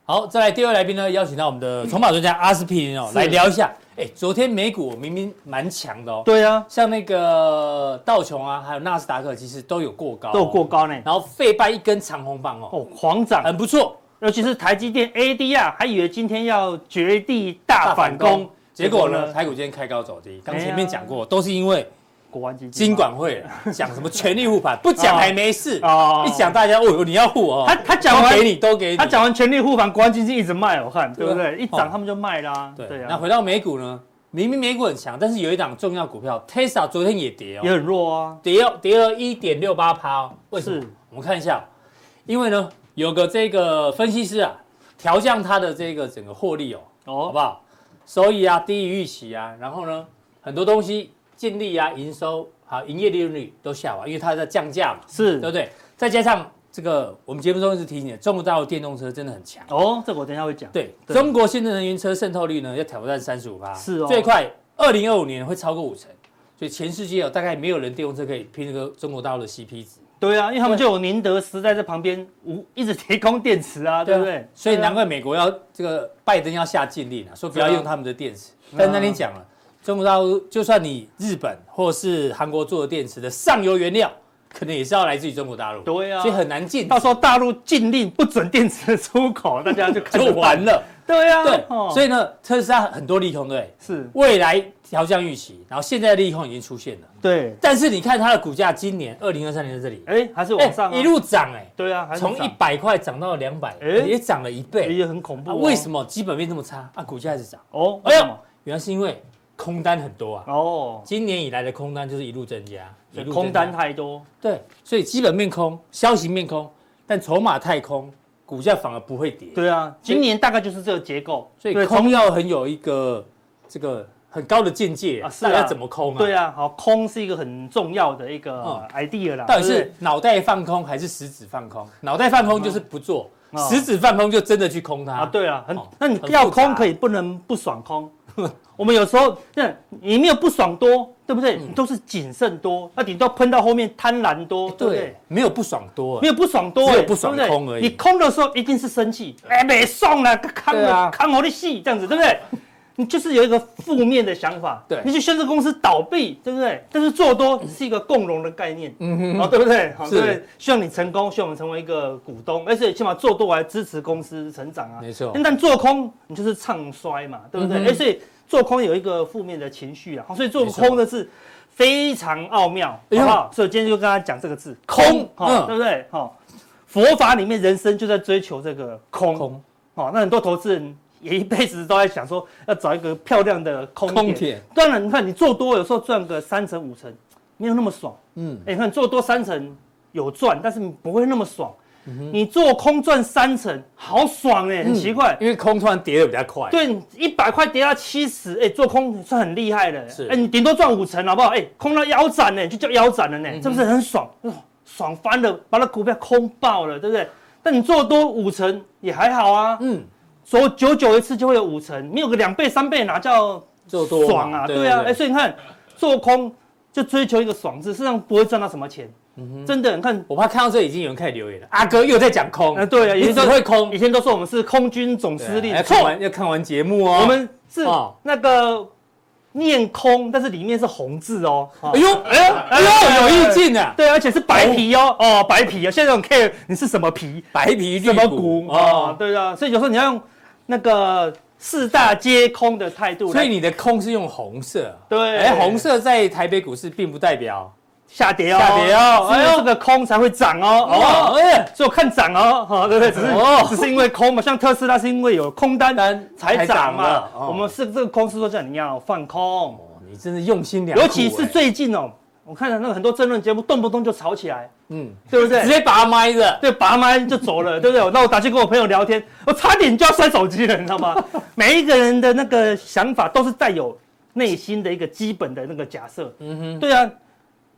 Speaker 2: 好，再来第二位来宾呢，邀请到我们的筹码专家阿司匹林哦，
Speaker 3: 是
Speaker 2: 来聊一下。哎，昨天美股明明蛮强的哦，
Speaker 6: 对啊，
Speaker 2: 像那个道琼啊，还有纳斯达克，其实都有过高、哦
Speaker 6: 都有过。高呢。
Speaker 2: 然后费半一根长红棒哦，
Speaker 6: 哦，狂涨，
Speaker 2: 很不错，
Speaker 6: 尤其是台积电 ADR，还以为今天要绝地大反攻，
Speaker 2: 结果呢，台股今天开高走低，刚前面讲
Speaker 6: 哎
Speaker 2: 过，都是因为
Speaker 6: 国安基金
Speaker 2: 金管会啊 讲什么权力护盘，不讲还没事，
Speaker 6: 哦
Speaker 2: 一讲大家哦，你要护哦，
Speaker 6: 啊他他讲完
Speaker 2: 都给你都给你，
Speaker 6: 他讲完全力护盘，国安基金一直卖，我看对不
Speaker 2: 对啊
Speaker 6: 对？一涨他们就卖啦，
Speaker 2: 对。那
Speaker 6: 啊，
Speaker 2: 回到美股呢，明明美股很强，但是有一档重要股票 Tesla 昨天也跌哦，
Speaker 6: 也很弱啊，
Speaker 2: 跌了跌了一点六八趴哦。为什么
Speaker 6: 是？
Speaker 2: 我们看一下，因为呢，有个这个分析师啊，调降他的这个整个获利哦，好
Speaker 6: 哦，
Speaker 2: 不好？收益啊低于预期啊，然后呢，很多东西净利啊、营收啊、营业利润率都下滑，因为它在降价嘛，
Speaker 6: 是
Speaker 2: 对不对？再加上这个，我们节目中一直提醒你，中国大陆电动车真的很强。
Speaker 6: 哦，这个我等一下会讲，
Speaker 2: 对，
Speaker 6: 对
Speaker 2: 中国新能源车渗透率呢要挑战三十五趴，
Speaker 6: 是哦
Speaker 2: 最快二零二五年会超过五成，所以全世界有大概没有人电动车可以拼这个中国大陆的 CP 值，
Speaker 6: 对啊，因为他们就有宁德时代在旁边无一直提供电池啊，对不
Speaker 2: 啊
Speaker 6: 对？
Speaker 2: 所以
Speaker 6: 对啊
Speaker 2: 难怪美国要这个拜登要下禁令啊，说不要
Speaker 6: 对啊啊
Speaker 2: 用他们的电池。但那天讲了，中国大陆就算你日本或是韩国做的电池的上游原料，可能也是要来自于中国大陆，
Speaker 6: 对啊
Speaker 2: 所以很难禁止，
Speaker 6: 到时候大陆禁令不准电池出口，大家就 看
Speaker 2: 就
Speaker 6: 着办
Speaker 2: 完。了。
Speaker 6: 对 啊，
Speaker 2: 对，所
Speaker 6: 以
Speaker 2: 以呢，特斯拉很多利空，对不对，
Speaker 6: 是
Speaker 2: 未来调降预期，然后现在的利空已经出现了。
Speaker 6: 对，
Speaker 2: 但是你看它的股价，今年二零二三年在这里，
Speaker 6: 哎，还是往上啊
Speaker 2: 一路涨哎、
Speaker 6: 对啊，还是
Speaker 2: 从
Speaker 6: 涨
Speaker 2: 一百块涨到两百、
Speaker 6: 哎
Speaker 2: 也涨了一
Speaker 6: 哎
Speaker 2: 倍。
Speaker 6: 也很恐怖
Speaker 2: 啊、
Speaker 6: 哦。
Speaker 2: 为什
Speaker 6: 么？
Speaker 2: 么基本面这么差啊？股价一直涨，
Speaker 6: 哦，
Speaker 2: 哎
Speaker 6: 哎
Speaker 2: 呦
Speaker 6: 呦，
Speaker 2: 原来是因为空单很多啊。
Speaker 6: 哦，
Speaker 2: 今年以来的空单就是一路增加，一路增加
Speaker 6: 空单太多，
Speaker 2: 对，所以基本面空，消息面空，但筹码太空，股价反而不会跌。，
Speaker 6: 对啊，
Speaker 2: 所以
Speaker 6: 今年大概就是这个结构。
Speaker 2: 所以
Speaker 6: 对
Speaker 2: 空要很有一个这个很高的境界，
Speaker 6: 啊是啊
Speaker 2: 大家怎么空啊？
Speaker 6: 对啊，好，空是一个很重要的一个
Speaker 2: 嗯
Speaker 6: idea 啦。
Speaker 2: 到底
Speaker 6: 对不
Speaker 2: 是
Speaker 6: 对
Speaker 2: 脑袋放空还是食指放空？脑袋放空就是不做，
Speaker 6: 哦
Speaker 2: 食指放空就真的去空它。
Speaker 6: 啊？对啊，很
Speaker 2: 哦，
Speaker 6: 那你
Speaker 2: 很
Speaker 6: 要
Speaker 2: 复杂
Speaker 6: 空可以，不能不 爽空。我们有时候，那你没有不爽多，对不对？
Speaker 2: 嗯
Speaker 6: 你都是谨慎多，那顶多喷到后面贪婪多，对不对
Speaker 2: 对？，没有不爽多，啊
Speaker 6: 没有不爽多，
Speaker 2: 只有
Speaker 6: 哎
Speaker 2: 不爽
Speaker 6: 对对
Speaker 2: 空而已啊
Speaker 6: 你空的时候一定是生气，哎，没送了，看
Speaker 2: 对啊
Speaker 6: 我看我的戏这样子，对不对？你就是有一个负面的想法，
Speaker 2: 对
Speaker 6: 你去宣誓公司倒闭，对不对？但是做多是一个共荣的概念，嗯哼，哦，对不对？好，
Speaker 2: 是
Speaker 6: 对不对，希望你成功，希望我们成为一个股东，而且起码做多我还支持公司成长啊，
Speaker 2: 没错
Speaker 6: 但做空你就是唱衰嘛，对
Speaker 2: 嗯
Speaker 6: 不对？
Speaker 2: 哼
Speaker 6: 哎，所以做空有一个负面的情绪啊，好所以做
Speaker 2: 没错
Speaker 6: 空的是非常奥妙，好
Speaker 2: 哎呦
Speaker 6: 不好？所以我今天就跟大家讲这个字“
Speaker 2: 空
Speaker 6: 空”，哈
Speaker 2: 嗯，
Speaker 6: 对不对？哈，佛法里面人生就在追求这个空，
Speaker 2: 空
Speaker 6: 哦，那很多投资人也一辈子都在想说要找一个漂亮的空
Speaker 2: 空
Speaker 6: 点。
Speaker 2: 点，
Speaker 6: 当然，你看你做多有时候赚个三成五成，没有那么爽。
Speaker 2: 嗯，
Speaker 6: 哎，你看做多三成有赚，但是你不会那么爽。
Speaker 2: 嗯
Speaker 6: 你做空赚三成，好爽哎，很奇怪。
Speaker 2: 因为空突然跌的比较快，，
Speaker 6: 对，一百块跌到七十，哎，做空算很厉害的，
Speaker 2: 是
Speaker 6: 哎，你顶多赚五成，好不好？哎，空到腰斩呢，就叫腰斩
Speaker 2: 嗯
Speaker 6: 了呢，是不是很爽？哇爽翻了，把那股票空爆了，对不对？但你做多五成也还好啊，
Speaker 2: 嗯，
Speaker 6: 所以久久一次就会有五成，没有个两倍三倍哪叫
Speaker 2: 做多嘛
Speaker 6: 爽啊？对啊，哎，所以你看做空就追求一个爽字，事实上不会赚到什么钱，
Speaker 2: 嗯
Speaker 6: 真的，你看。
Speaker 2: 我怕看到这里已经有人开始留言了，阿哥又在讲空，
Speaker 6: 呃，对啊，
Speaker 2: 你只会空
Speaker 6: 以，前都说我们是空军总司令
Speaker 2: 要，看完要看完节目哦，
Speaker 6: 我们是
Speaker 2: 哦
Speaker 6: 那个念空，但是里面是红字哦。哦
Speaker 2: 哎呦哎呦哎呦有意境啊，
Speaker 6: 对，而且是白皮哦，哦，白皮哦。现在我很 care 你是什么皮、
Speaker 2: 白皮绿
Speaker 6: 什么股哦，
Speaker 2: 哦，
Speaker 6: 对啊，所以有时候你要用那个四大皆空的态度
Speaker 2: 所以
Speaker 6: 来
Speaker 2: 你的空是用红色，
Speaker 6: 对
Speaker 2: 哎，红色在台北股市并不代表
Speaker 6: 下跌哦，
Speaker 2: 下跌哦
Speaker 6: 哎
Speaker 2: 哎
Speaker 6: 呦，
Speaker 2: 呦
Speaker 6: 这个空才会涨哦，
Speaker 2: 哦，
Speaker 6: 哦。
Speaker 2: 哎，
Speaker 6: 所以我看涨哦，好、对不对？只是、
Speaker 2: 哦
Speaker 6: 只是因为空嘛，像特斯拉是因为有空单
Speaker 2: 单
Speaker 6: 才涨嘛。
Speaker 2: 了哦
Speaker 6: 我们是这个公司都叫你要放空，
Speaker 2: 哦你真的用心良苦，
Speaker 6: 尤其是
Speaker 2: 哎
Speaker 6: 最近哦，我看到那个很多政论节目动不动就吵起来，
Speaker 2: 嗯，
Speaker 6: 对不
Speaker 2: 直
Speaker 6: 对？
Speaker 2: 接拔麦的，
Speaker 6: 对，拔麦就 走了，对不对？那我打去跟我朋友聊天，我差点就要摔手机了，你知 道吗？每一个人的那个想法都是带有内心的一个基本的那个假设，嗯哼，对啊。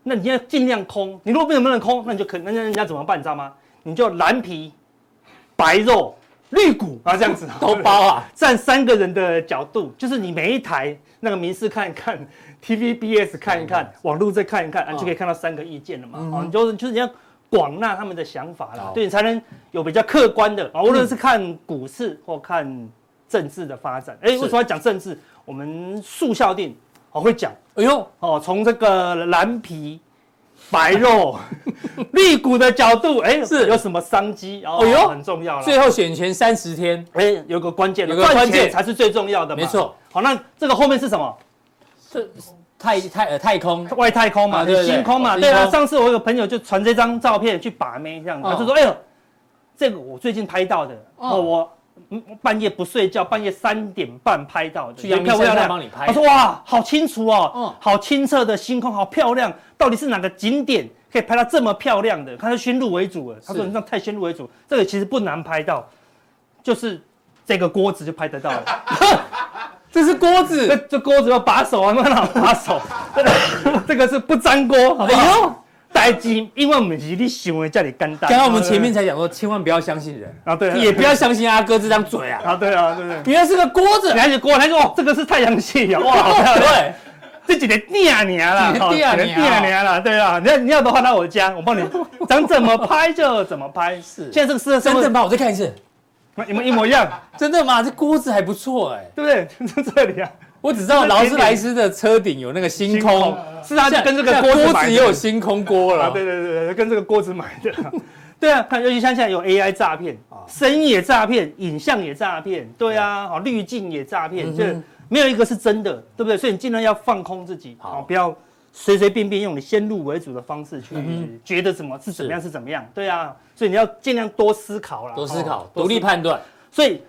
Speaker 6: 那你要尽量空，你如果不能不能空，那你就可那那人家怎么办，你知道吗？你就蓝皮、白肉、绿骨啊这样子
Speaker 2: 都包啊。
Speaker 6: 站三个人的角度，就是你每一台那个民视看一看，TVBS 看一看，网络再看一
Speaker 2: 哦
Speaker 6: 看，啊，你就可以看到三个意见了嘛。哦，你就是就是你要广纳他们的想法啦
Speaker 2: 嗯好，
Speaker 6: 哦
Speaker 2: 嗯
Speaker 6: 对你才能有比较客观的啊，无论是看股市或看政治的发展。哎，为什么要讲政治？我们速效定哦会讲
Speaker 2: 哎呦，
Speaker 6: 哦，从这个蓝皮、白肉、绿股的角度，哎，
Speaker 2: 是
Speaker 6: 有什么商机？哦，
Speaker 2: 哎呦
Speaker 6: 很重要了。
Speaker 2: 最后选前三十天，
Speaker 6: 哎，有个关键的，
Speaker 2: 有个关键
Speaker 6: 赚钱才是最重要的嘛。
Speaker 2: 没错。
Speaker 6: 好，那这个后面是什么？
Speaker 2: 这太太呃太空
Speaker 6: 外太空嘛，
Speaker 2: 啊对对对
Speaker 6: 星空嘛，
Speaker 2: 星
Speaker 6: 对
Speaker 2: 空
Speaker 6: 啊。上次我有个朋友就传这张照片去把妹，这样子，
Speaker 2: 哦
Speaker 6: 他就说：“哎呦，这个我最近拍到的，
Speaker 2: 哦
Speaker 6: 哦，我嗯半夜不睡觉，半夜三点半拍到的，
Speaker 2: 去阳明
Speaker 6: 漂不
Speaker 2: 山上
Speaker 6: 漂亮？”啊
Speaker 2: 帮你拍
Speaker 6: 他，说：“哇，好清楚
Speaker 2: 嗯
Speaker 6: 哦，好清澈的星空，好漂亮。到底是哪个景点可以拍到这么漂亮的？”他就先入为主了，他说：“
Speaker 2: 是
Speaker 6: 你这样太先入为主，这个其实不难拍到，就是这个锅子就拍得 到了。”
Speaker 2: 这是锅
Speaker 6: 这
Speaker 2: 子，
Speaker 6: 这锅子要把手啊，那哪 把手？这个是不粘锅，好不
Speaker 2: 哎
Speaker 6: 好？
Speaker 2: 呦，
Speaker 6: 代金，因为我们是你行为叫你干蛋。
Speaker 2: 刚刚我们前面才讲说，千万不要相信 人，
Speaker 6: 啊，对啊，
Speaker 2: 也不要相信阿哥这张嘴啊，
Speaker 6: 啊，对啊，对对。
Speaker 2: 原来是个锅子
Speaker 6: 你，还是锅，他说哦，这个是太阳系
Speaker 2: 哎
Speaker 6: 啊，哇，好漂 亮！
Speaker 2: 对，
Speaker 6: 这几年第二年啦，
Speaker 2: 这几个
Speaker 6: 哦
Speaker 2: 店啊
Speaker 6: 几个店啊年啦，对啊，你要你要的话来我家，我 帮你想怎么拍就怎么拍。
Speaker 2: 是
Speaker 6: 现在这个是
Speaker 2: 真的吗？我再看一次，
Speaker 6: 你们一模一样，
Speaker 2: 真的吗？这锅子还不错哎，
Speaker 6: 对 不对？就这里啊，
Speaker 2: 我只知道劳斯莱斯的车顶有那个星空，
Speaker 6: 是啊，就跟这个
Speaker 2: 现在
Speaker 6: 锅子买
Speaker 2: 子
Speaker 6: 的
Speaker 2: 也有星空锅
Speaker 6: 啊，
Speaker 2: 了，
Speaker 6: 对对对对，跟这个锅子买的。 对啊，看，尤其像现在有 AI 诈骗，声音也诈骗，影像也诈骗，对啊，好滤镜也诈骗，
Speaker 2: 嗯哼
Speaker 6: 这没有一个是真的，对不对？所以你尽量要放空自己，
Speaker 2: 好
Speaker 6: 好，不要随随便便用你先入为主的方式去
Speaker 2: 哼
Speaker 6: 觉得怎么嗯是怎么样是怎么样，对啊，所以你要尽量多思考啦，
Speaker 2: 多思考
Speaker 6: 哦，
Speaker 2: 独立。判断，
Speaker 6: 所以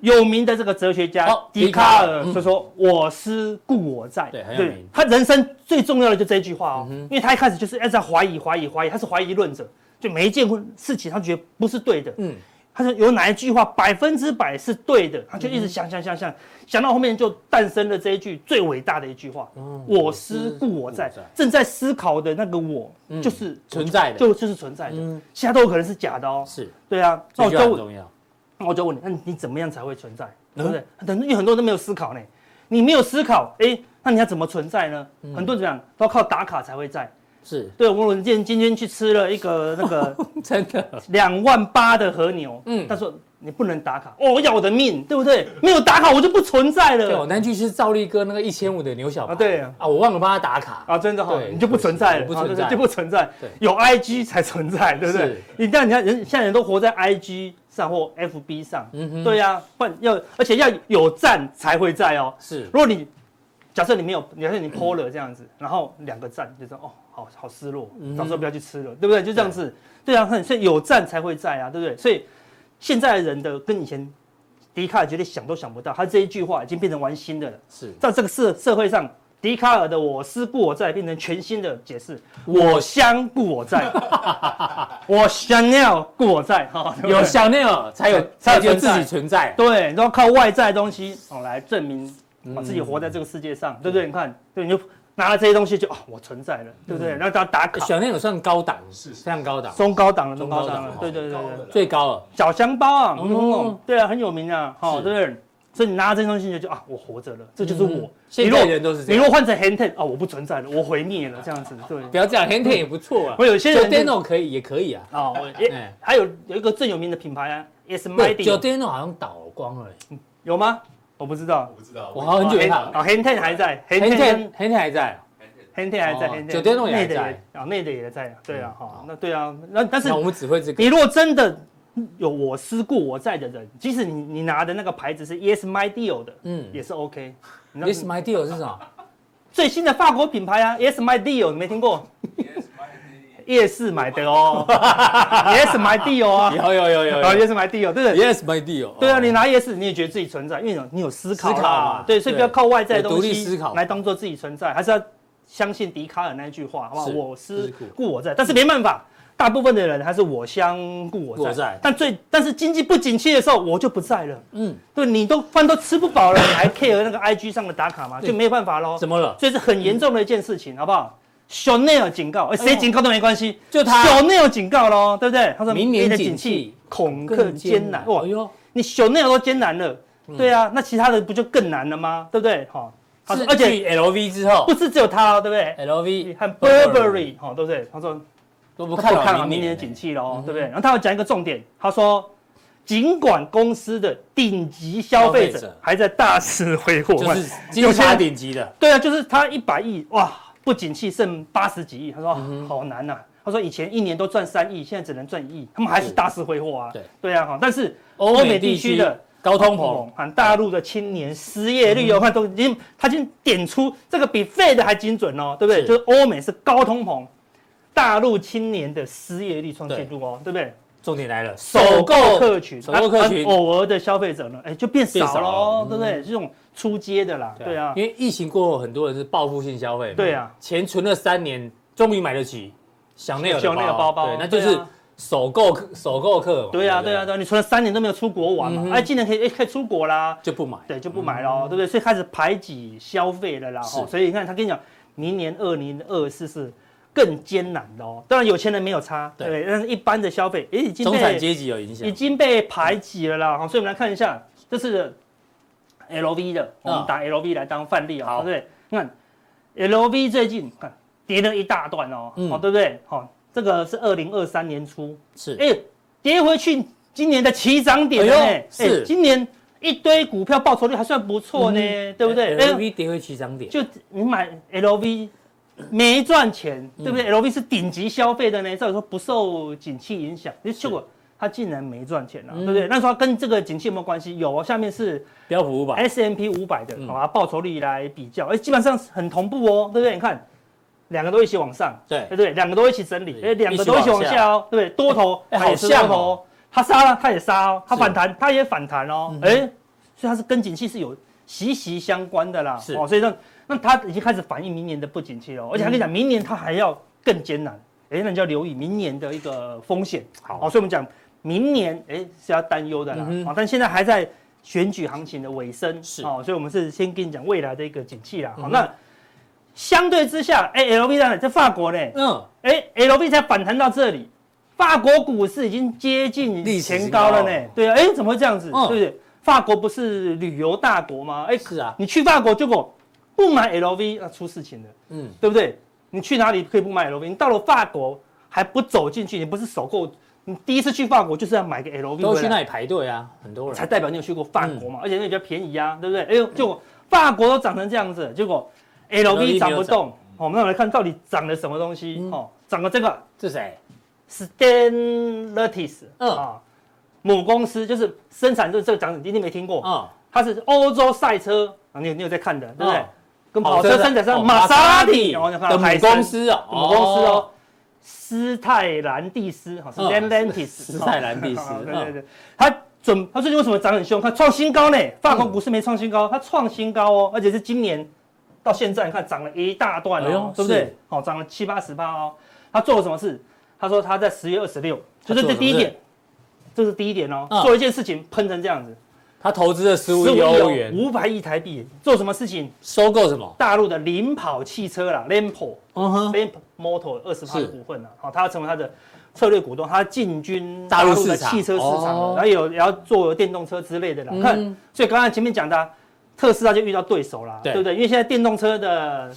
Speaker 6: 有名的这个哲学家
Speaker 2: 哦
Speaker 6: 笛卡
Speaker 2: 笛卡尔
Speaker 6: 尔
Speaker 2: 嗯
Speaker 6: 就说：“我思故我在。”
Speaker 2: 对很有名
Speaker 6: 他人生最重要的就这一句话哦，
Speaker 2: 嗯哼
Speaker 6: 因为他一开始就是一直在怀疑、怀疑、怀疑，他是怀疑论者，就每一件事情他觉得不是对的。
Speaker 2: 嗯，
Speaker 6: 他说有哪一句话百分之百是对的，他就一直想想想想，想到后面就诞生了这一句最伟大的一句话：“我思故我在
Speaker 2: 哦我思故我在。”
Speaker 6: 正在思考的那个我
Speaker 2: 嗯
Speaker 6: 就是
Speaker 2: 存在的，
Speaker 6: 就就是存在的，
Speaker 2: 嗯
Speaker 6: 其他都有可能是假的哦。
Speaker 2: 是，
Speaker 6: 对啊，
Speaker 2: 这
Speaker 6: 那我
Speaker 2: 就很
Speaker 6: 就
Speaker 2: 重要，
Speaker 6: 那我就问你，那你怎么样才会存在？
Speaker 2: 嗯
Speaker 6: 对不对？很因为很多人都没有思考呢，你没有思考，哎，那你要怎么存在呢？很多人讲都要靠打卡才会在。
Speaker 2: 是
Speaker 6: 对，我今天今天去吃了一个那 个
Speaker 2: 真的，
Speaker 6: 两万八的和牛，
Speaker 2: 嗯
Speaker 6: 嗯，他说你不能打卡，哦，要我的命，对不对？没有打卡我就不存在
Speaker 2: 对，我
Speaker 6: 了。
Speaker 2: 那去吃赵力哥那个一千五的牛小排
Speaker 6: 啊，对啊
Speaker 2: 啊，我忘了帮他打卡，
Speaker 6: 啊，真的哈、
Speaker 2: 对
Speaker 6: 你就不存在了，
Speaker 2: 不存在
Speaker 6: 啊对对就不存在
Speaker 2: 对。
Speaker 6: 有 IG 才存在，对不
Speaker 2: 是
Speaker 6: 对？你但你看人现在人都活在 IG 上或 FB 上，
Speaker 2: 嗯哼
Speaker 6: 对呀、啊，不然要而且要有赞才会在哦。
Speaker 2: 是
Speaker 6: 如果你假设你没有，假设你 PO 了这样子，然后两个赞，就说哦，好好失落，到时候不要去吃了，对不对？就这样子，对啊，很所以有赞才会在啊，对不对？所以现在的人的跟以前笛卡尔绝对想都想不到，他这一句话已经变成玩心的了。
Speaker 2: 是，
Speaker 6: 在这个社社会上，笛卡尔的“我思故我在”变成全新的解释，“
Speaker 2: 我
Speaker 6: 我相故我在”，我想要故我在，哈、对不对
Speaker 2: 有想念哦，才有才
Speaker 6: 才
Speaker 2: 有
Speaker 6: 有存
Speaker 2: 自
Speaker 6: 在
Speaker 2: 己存在，
Speaker 6: 对，都要靠外在的东西哦来证明
Speaker 2: 嗯
Speaker 6: 哦自己活在这个世界上，对不对？你看，对，你就拿了这些东西就哦，我存在
Speaker 2: 嗯
Speaker 6: 了，对不对？让大家打卡，
Speaker 2: 想念有算高档，是非常高档，
Speaker 6: 中高档了，
Speaker 2: 中
Speaker 6: 中
Speaker 2: 高
Speaker 6: 高
Speaker 2: 档
Speaker 6: 档了
Speaker 2: 哦，
Speaker 6: 对对对
Speaker 4: 高
Speaker 6: 对
Speaker 4: 的，
Speaker 2: 最高了，
Speaker 6: 小香包啊，
Speaker 2: 哦
Speaker 6: 嗯，对啊，很有名啊，哦，
Speaker 2: 是
Speaker 6: 对不对？所以你拿这些东西就就啊，我活着了，这就是我
Speaker 2: 嗯。
Speaker 6: 你
Speaker 2: 现
Speaker 6: 如
Speaker 2: 在
Speaker 6: 果
Speaker 2: 人都是这
Speaker 6: 你如
Speaker 2: 样，啊
Speaker 6: 果换成 hand ten 啊，我不存在了，我毁灭了，这样子，对。
Speaker 2: 不要这样 h a n d 也不错啊，
Speaker 6: 我有些人
Speaker 2: Jordano 可以也可以啊，
Speaker 6: 啊，我也
Speaker 2: 哎，
Speaker 6: 还有有一个最有名的品牌啊，S m i
Speaker 2: 对
Speaker 6: d y
Speaker 2: ，Jordano 好像倒光了耶，
Speaker 6: 有吗？我不知道
Speaker 4: 我。不知道，
Speaker 2: 我好像很久没看了
Speaker 6: 啊，hand ten 还在
Speaker 2: h a
Speaker 6: ，hand
Speaker 2: n d
Speaker 6: ten
Speaker 2: h a n d 还在啊，
Speaker 6: 黑天还在，
Speaker 2: 哦
Speaker 6: 黑天
Speaker 2: 酒店弄也还
Speaker 6: 内的
Speaker 2: 在嗯
Speaker 6: 啊，内的也在啊，对啊，
Speaker 2: 好
Speaker 6: 哈，那对啊，那但是
Speaker 2: 那我们只会这个
Speaker 6: 你如果真的有我思故我在的人，即使你你拿的那个牌子是 Yes My Deal 的，
Speaker 2: 嗯
Speaker 6: 也是 OK。你知
Speaker 2: ，Yes
Speaker 6: 道
Speaker 2: my deal 是什么？
Speaker 6: 最新的法国品牌啊，Yes My Deal，你没听过？夜市买的 哦，Yes My Deal 啊，
Speaker 2: 有有有有
Speaker 6: 啊
Speaker 2: 有
Speaker 6: ，Yes My Deal，对不对？
Speaker 2: ，Yes my deal，
Speaker 6: 对啊，你
Speaker 2: 哦
Speaker 6: 拿夜市，你也觉得自己存在，因为你有你有思考
Speaker 2: 思考嘛
Speaker 6: 啦，对，所以不要靠外在的
Speaker 2: 有独
Speaker 6: 东
Speaker 2: 立
Speaker 6: 西
Speaker 2: 思考
Speaker 6: 来当做自己存在，还是要相信笛卡尔那一句话，好不好？
Speaker 2: 是
Speaker 6: 我思
Speaker 2: 故
Speaker 6: 故我在，但是没办法，大部分的人还是我相故我在。
Speaker 2: 我在
Speaker 6: 但最但是经济不景气的时候，我就不在了。
Speaker 2: 嗯
Speaker 6: 嗯，对，你都饭都吃不饱了，你还 care 那个 IG 上的打卡吗？
Speaker 2: 对
Speaker 6: 就没办法喽。
Speaker 2: 怎么了？
Speaker 6: 所以是很严重的一件事情，好不好？Chanel 警告，哎
Speaker 2: 哎
Speaker 6: 谁
Speaker 2: 呦
Speaker 6: 警告都没关系，
Speaker 2: 就他
Speaker 6: Chanel 警告喽，对不对？他说
Speaker 2: 明年
Speaker 6: 的
Speaker 2: 景气
Speaker 6: 恐更艰难。哇
Speaker 2: 哎，呦，
Speaker 6: 你熊那有都艰难了，
Speaker 2: 嗯
Speaker 6: 对啊，那其他的不就更难了吗？对不对？哈、他说，
Speaker 2: 是
Speaker 6: 而且
Speaker 2: 去哎 LV 之后
Speaker 6: 不是只有他哦，对不对？
Speaker 2: ，LV
Speaker 6: 和 Burberry 哈、对不对？他说
Speaker 2: 都不
Speaker 6: 不
Speaker 2: 看
Speaker 6: 看
Speaker 2: 好
Speaker 6: 好明
Speaker 2: 明
Speaker 6: 年的
Speaker 2: 年
Speaker 6: 景
Speaker 2: 景气，
Speaker 6: 气喽，哦
Speaker 2: 嗯
Speaker 6: 对不对？然后他要讲一个重点，他说尽管公司的顶级消费
Speaker 2: 消费者
Speaker 6: 者还在大肆挥霍，
Speaker 2: 就是
Speaker 6: 有
Speaker 2: 金
Speaker 6: 钱
Speaker 2: 叉
Speaker 6: 人
Speaker 2: 顶级的，
Speaker 6: 对啊，就是他一百亿哇，不景气剩八十几亿，他说、
Speaker 2: 嗯
Speaker 6: 啊好难呐、他说以前一年都赚三亿，现在只能赚一亿，他们还是大肆挥霍啊。
Speaker 2: 对
Speaker 6: 对啊，哈，但是
Speaker 2: 欧
Speaker 6: 欧
Speaker 2: 美
Speaker 6: 美
Speaker 2: 地
Speaker 6: 地
Speaker 2: 区
Speaker 6: 区
Speaker 2: 的
Speaker 6: 的
Speaker 2: 高通膨，嗯
Speaker 6: 喊大陆的青年失业率哦，看都已经，他已经点出这个比 Fed 还精准哦，对不对？
Speaker 2: 是
Speaker 6: 就是欧美是高通膨，大陆青年的失业率创纪录哦，对不对？
Speaker 2: 重点来了，
Speaker 6: 首购客群，
Speaker 2: 首购客群
Speaker 6: 啊啊偶尔的消费者呢，哎，就变
Speaker 2: 变少
Speaker 6: 少
Speaker 2: 了嗯
Speaker 6: 喽，对不对？这种出街的啦，对啊，
Speaker 2: 因为疫情过后，很多人是报复性消费嘛，
Speaker 6: 对啊
Speaker 2: 钱存了三年，终于买得起香奈儿
Speaker 6: 香奈儿包包
Speaker 2: 对，那就是
Speaker 6: 对啊
Speaker 2: 首购客首购客嘛，
Speaker 6: 对呀、
Speaker 2: 不
Speaker 6: 对呀、对、啊，你存了三年都没有出国
Speaker 2: 嗯
Speaker 6: 玩嘛，哎、今年可以哎可以出国啦，
Speaker 2: 就不买，
Speaker 6: 对，就不买咯，对不对？所以开始排挤消费了啦，
Speaker 2: 嗯是
Speaker 6: 哦，所以你看他跟你讲，明年二零二四是更艰难的哦。当然有钱人没有差，
Speaker 2: 对
Speaker 6: 对不对，但是一般的消费哎已经
Speaker 2: 中产
Speaker 6: 被
Speaker 2: 阶级啊有影响
Speaker 6: 已，经被排挤了啦，哦，所以我们来看一下，这是 LV 的，我们打 LV 来当范例
Speaker 2: 啊好
Speaker 6: 啊、对不对？你看 LV 最近看跌了一大段哦，
Speaker 2: 嗯
Speaker 6: 哦，对不对？好、这个是二零二三年初。
Speaker 2: 是
Speaker 6: 哎、跌回去今年的起涨点呢、
Speaker 2: 哎呦
Speaker 6: 哎
Speaker 2: 是
Speaker 6: 今年一堆股票报酬率还算不错呢、
Speaker 2: 嗯
Speaker 6: 对不对？哎、
Speaker 2: ？LV 跌回起涨点，
Speaker 6: 就你买 LV 没赚钱，
Speaker 2: 嗯
Speaker 6: 对不对、l v 是顶级消费的呢，照理说不受景气影响，哎结果它竟然没赚钱了、
Speaker 2: 嗯
Speaker 6: 对不对？那时候跟这个景气有没有关系？有哦，下面是
Speaker 2: 标普五百嗯
Speaker 6: S M P 五百的，好、把报酬率来比较，哎、基本上很同步哦，对不对？你看。两个都一起往上，
Speaker 2: 对
Speaker 6: 对不对，两个都一起整理，
Speaker 2: 对
Speaker 6: 哎，两个都一起往下哦，对不对？多头
Speaker 2: 哎哎
Speaker 6: 它也是
Speaker 2: 好像
Speaker 6: 多头
Speaker 2: 哦，
Speaker 6: 它杀了它也杀哦，它
Speaker 2: 是嗯
Speaker 6: 反弹它也反弹哦，哎，所以它是跟景气是有息息相关的啦
Speaker 2: 是，嗯
Speaker 6: 哦，所以让那它已经开始反映明年的不景气了哦，而且还跟你讲，明年它还要更艰难，哎，那你就要留意明年的一个风险，
Speaker 2: 好
Speaker 6: 哦，所以我们讲明年哎是要担忧的啦
Speaker 2: 嗯，哼
Speaker 6: 哦，但现在还在选举行情的尾声，
Speaker 2: 是嗯
Speaker 6: 哦，所以我们是先跟你讲未来的一个景气啦，好，那。相对之下，哎、l v 在哪里？在法国呢？
Speaker 2: 嗯，
Speaker 6: 哎、l v 才反弹到这里，法国股市已经接近
Speaker 2: 历史
Speaker 6: 前
Speaker 2: 新
Speaker 6: 高了
Speaker 2: 高
Speaker 6: 呢。对啊，哎、怎么会这样子？
Speaker 2: 嗯
Speaker 6: 对不对？法国不是旅游大国吗？哎、
Speaker 2: 是啊
Speaker 6: 你去法国结果不买 LV，那、出事情了，
Speaker 2: 嗯，
Speaker 6: 对不对？你去哪里可以不买 LV？你到了法国还不走进去，你不是首购，你第一次去法国就是要买个 LV
Speaker 2: 都
Speaker 6: 回
Speaker 2: 去
Speaker 6: 来
Speaker 2: 那里嗯排队啊，很多
Speaker 6: 才
Speaker 2: 人，
Speaker 6: 代表你有去过法国嘛，而且那里比较便宜啊，对不对？哎呦，结果法国都涨成这样子，结果
Speaker 2: LV
Speaker 6: LV
Speaker 2: 嗯没
Speaker 6: 涨
Speaker 2: 有
Speaker 6: 不
Speaker 2: 涨嗯
Speaker 6: 动。好，我们来看到底涨了什么东西？哦，涨了这个
Speaker 2: 这谁？
Speaker 6: Stellantis，
Speaker 2: 嗯
Speaker 6: 啊，母公司就是生产这这个涨，你一定没听过，
Speaker 2: 嗯，
Speaker 6: 它是欧洲赛车啊，你有你有在看的，对不对
Speaker 2: 嗯？
Speaker 6: 跟跑车生产商
Speaker 2: 哦
Speaker 6: 玛莎拉蒂，然后就看到
Speaker 2: 的母
Speaker 6: 海
Speaker 2: 公
Speaker 6: 参
Speaker 2: 司啊，
Speaker 6: 母公司哦，斯泰兰蒂斯哈是
Speaker 2: 嗯
Speaker 6: Stellantis，
Speaker 2: 斯泰兰蒂斯
Speaker 6: 哦对
Speaker 2: 嗯
Speaker 6: 对对，它准它最近为什么涨很凶？它创新高呢，法国股市没创新高，它创新高哦，而且是今年到现在你看涨了一大段
Speaker 2: 哎呦
Speaker 6: 哦，对不对
Speaker 2: 是？
Speaker 6: 哦，涨了七八十趴哦，它做了什么事？他说他在十月二十六，
Speaker 2: 它
Speaker 6: 就
Speaker 2: 做了
Speaker 6: 是这第一
Speaker 2: 什么事
Speaker 6: 点，这是第一点哦
Speaker 2: 嗯，
Speaker 6: 做一件事情喷成这样子，
Speaker 2: 他投资了十五亿
Speaker 6: 15
Speaker 2: 欧元，
Speaker 6: 五百亿台币，做什么事情？
Speaker 2: 收购什么？
Speaker 6: 大陆的领跑汽车啦 l a m p o
Speaker 2: 嗯哼，
Speaker 6: Vamp Motor 二十趴
Speaker 2: 是
Speaker 6: 的股份啊，好，他要成为他的策略股东，他进军
Speaker 2: 大陆市
Speaker 6: 的
Speaker 2: 场
Speaker 6: 汽车市场了，
Speaker 2: 哦
Speaker 6: 然后也有也要做电动车之类的啦。
Speaker 2: 嗯
Speaker 6: 看，所以刚才前面讲的啊，特斯拉就遇到对手啦，
Speaker 2: 对
Speaker 6: 对不对？因为现在电动车的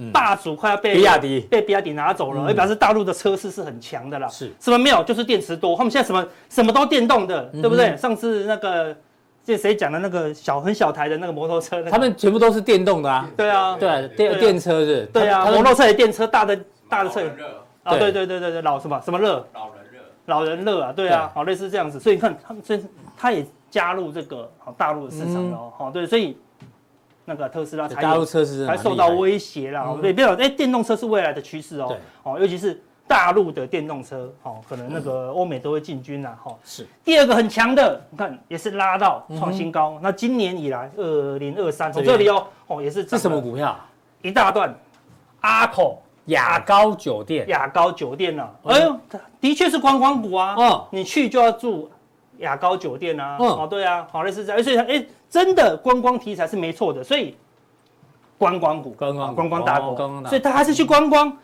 Speaker 2: 嗯
Speaker 6: 霸主快要被
Speaker 2: 比亚迪
Speaker 6: 被比亚迪拿走了，
Speaker 2: 嗯
Speaker 6: 而表示大陆的车市是很强的啦。
Speaker 2: 是
Speaker 6: 什么没有，就是电池多，他们现在什么什么都电动的，
Speaker 2: 嗯
Speaker 6: 对不对？上次那个这谁讲的那个小很小台的那个摩托车那个，
Speaker 2: 他们全部都是电动的啊，
Speaker 6: 对啊，
Speaker 2: 对啊，
Speaker 6: 对
Speaker 2: 电
Speaker 6: 啊
Speaker 2: 电车是，
Speaker 6: 对啊，
Speaker 2: 他
Speaker 6: 摩
Speaker 2: 们
Speaker 6: 托车也电车，大的大的车也
Speaker 5: 老人热，
Speaker 6: 啊，
Speaker 2: 对
Speaker 6: 对对对对对，老什么什么热，
Speaker 5: 老人热，
Speaker 6: 老人热啊，对啊，好类似这样子，所以你看他们，所以他也加入这个好大陆的市场了哦，好、对，所以那个特斯拉才
Speaker 2: 嗯大陆
Speaker 6: 有
Speaker 2: 车是
Speaker 6: 才受到威胁啦，
Speaker 2: 嗯
Speaker 6: 对，不要哎，电动车是未来的趋势哦
Speaker 2: 对，
Speaker 6: 哦，尤其是大陆的电动车，哦，可能那个欧美都会进军啦，哈、
Speaker 2: 嗯是嗯
Speaker 6: 第二个很强的，你看也是拉到创新高，那今年以来二零二三从
Speaker 2: 这
Speaker 6: 这
Speaker 2: 边
Speaker 6: 里哦，哦也是
Speaker 2: 这
Speaker 6: 这
Speaker 2: 什么股票啊？
Speaker 6: 一大段，阿口。
Speaker 2: 雅高酒店，
Speaker 6: 雅高酒店呐、啊，
Speaker 2: 嗯
Speaker 6: 哎呦，的确是观光股啊，
Speaker 2: 嗯
Speaker 6: 你去就要住雅高酒店啊，
Speaker 2: 嗯
Speaker 6: 哦对啊，好类似这样，所以它哎、真的观光题材是没错的，所以观光股，
Speaker 2: 观光股
Speaker 6: 观光大
Speaker 2: 哦
Speaker 6: 国，
Speaker 2: 观光大国
Speaker 6: 所以他还是去观光，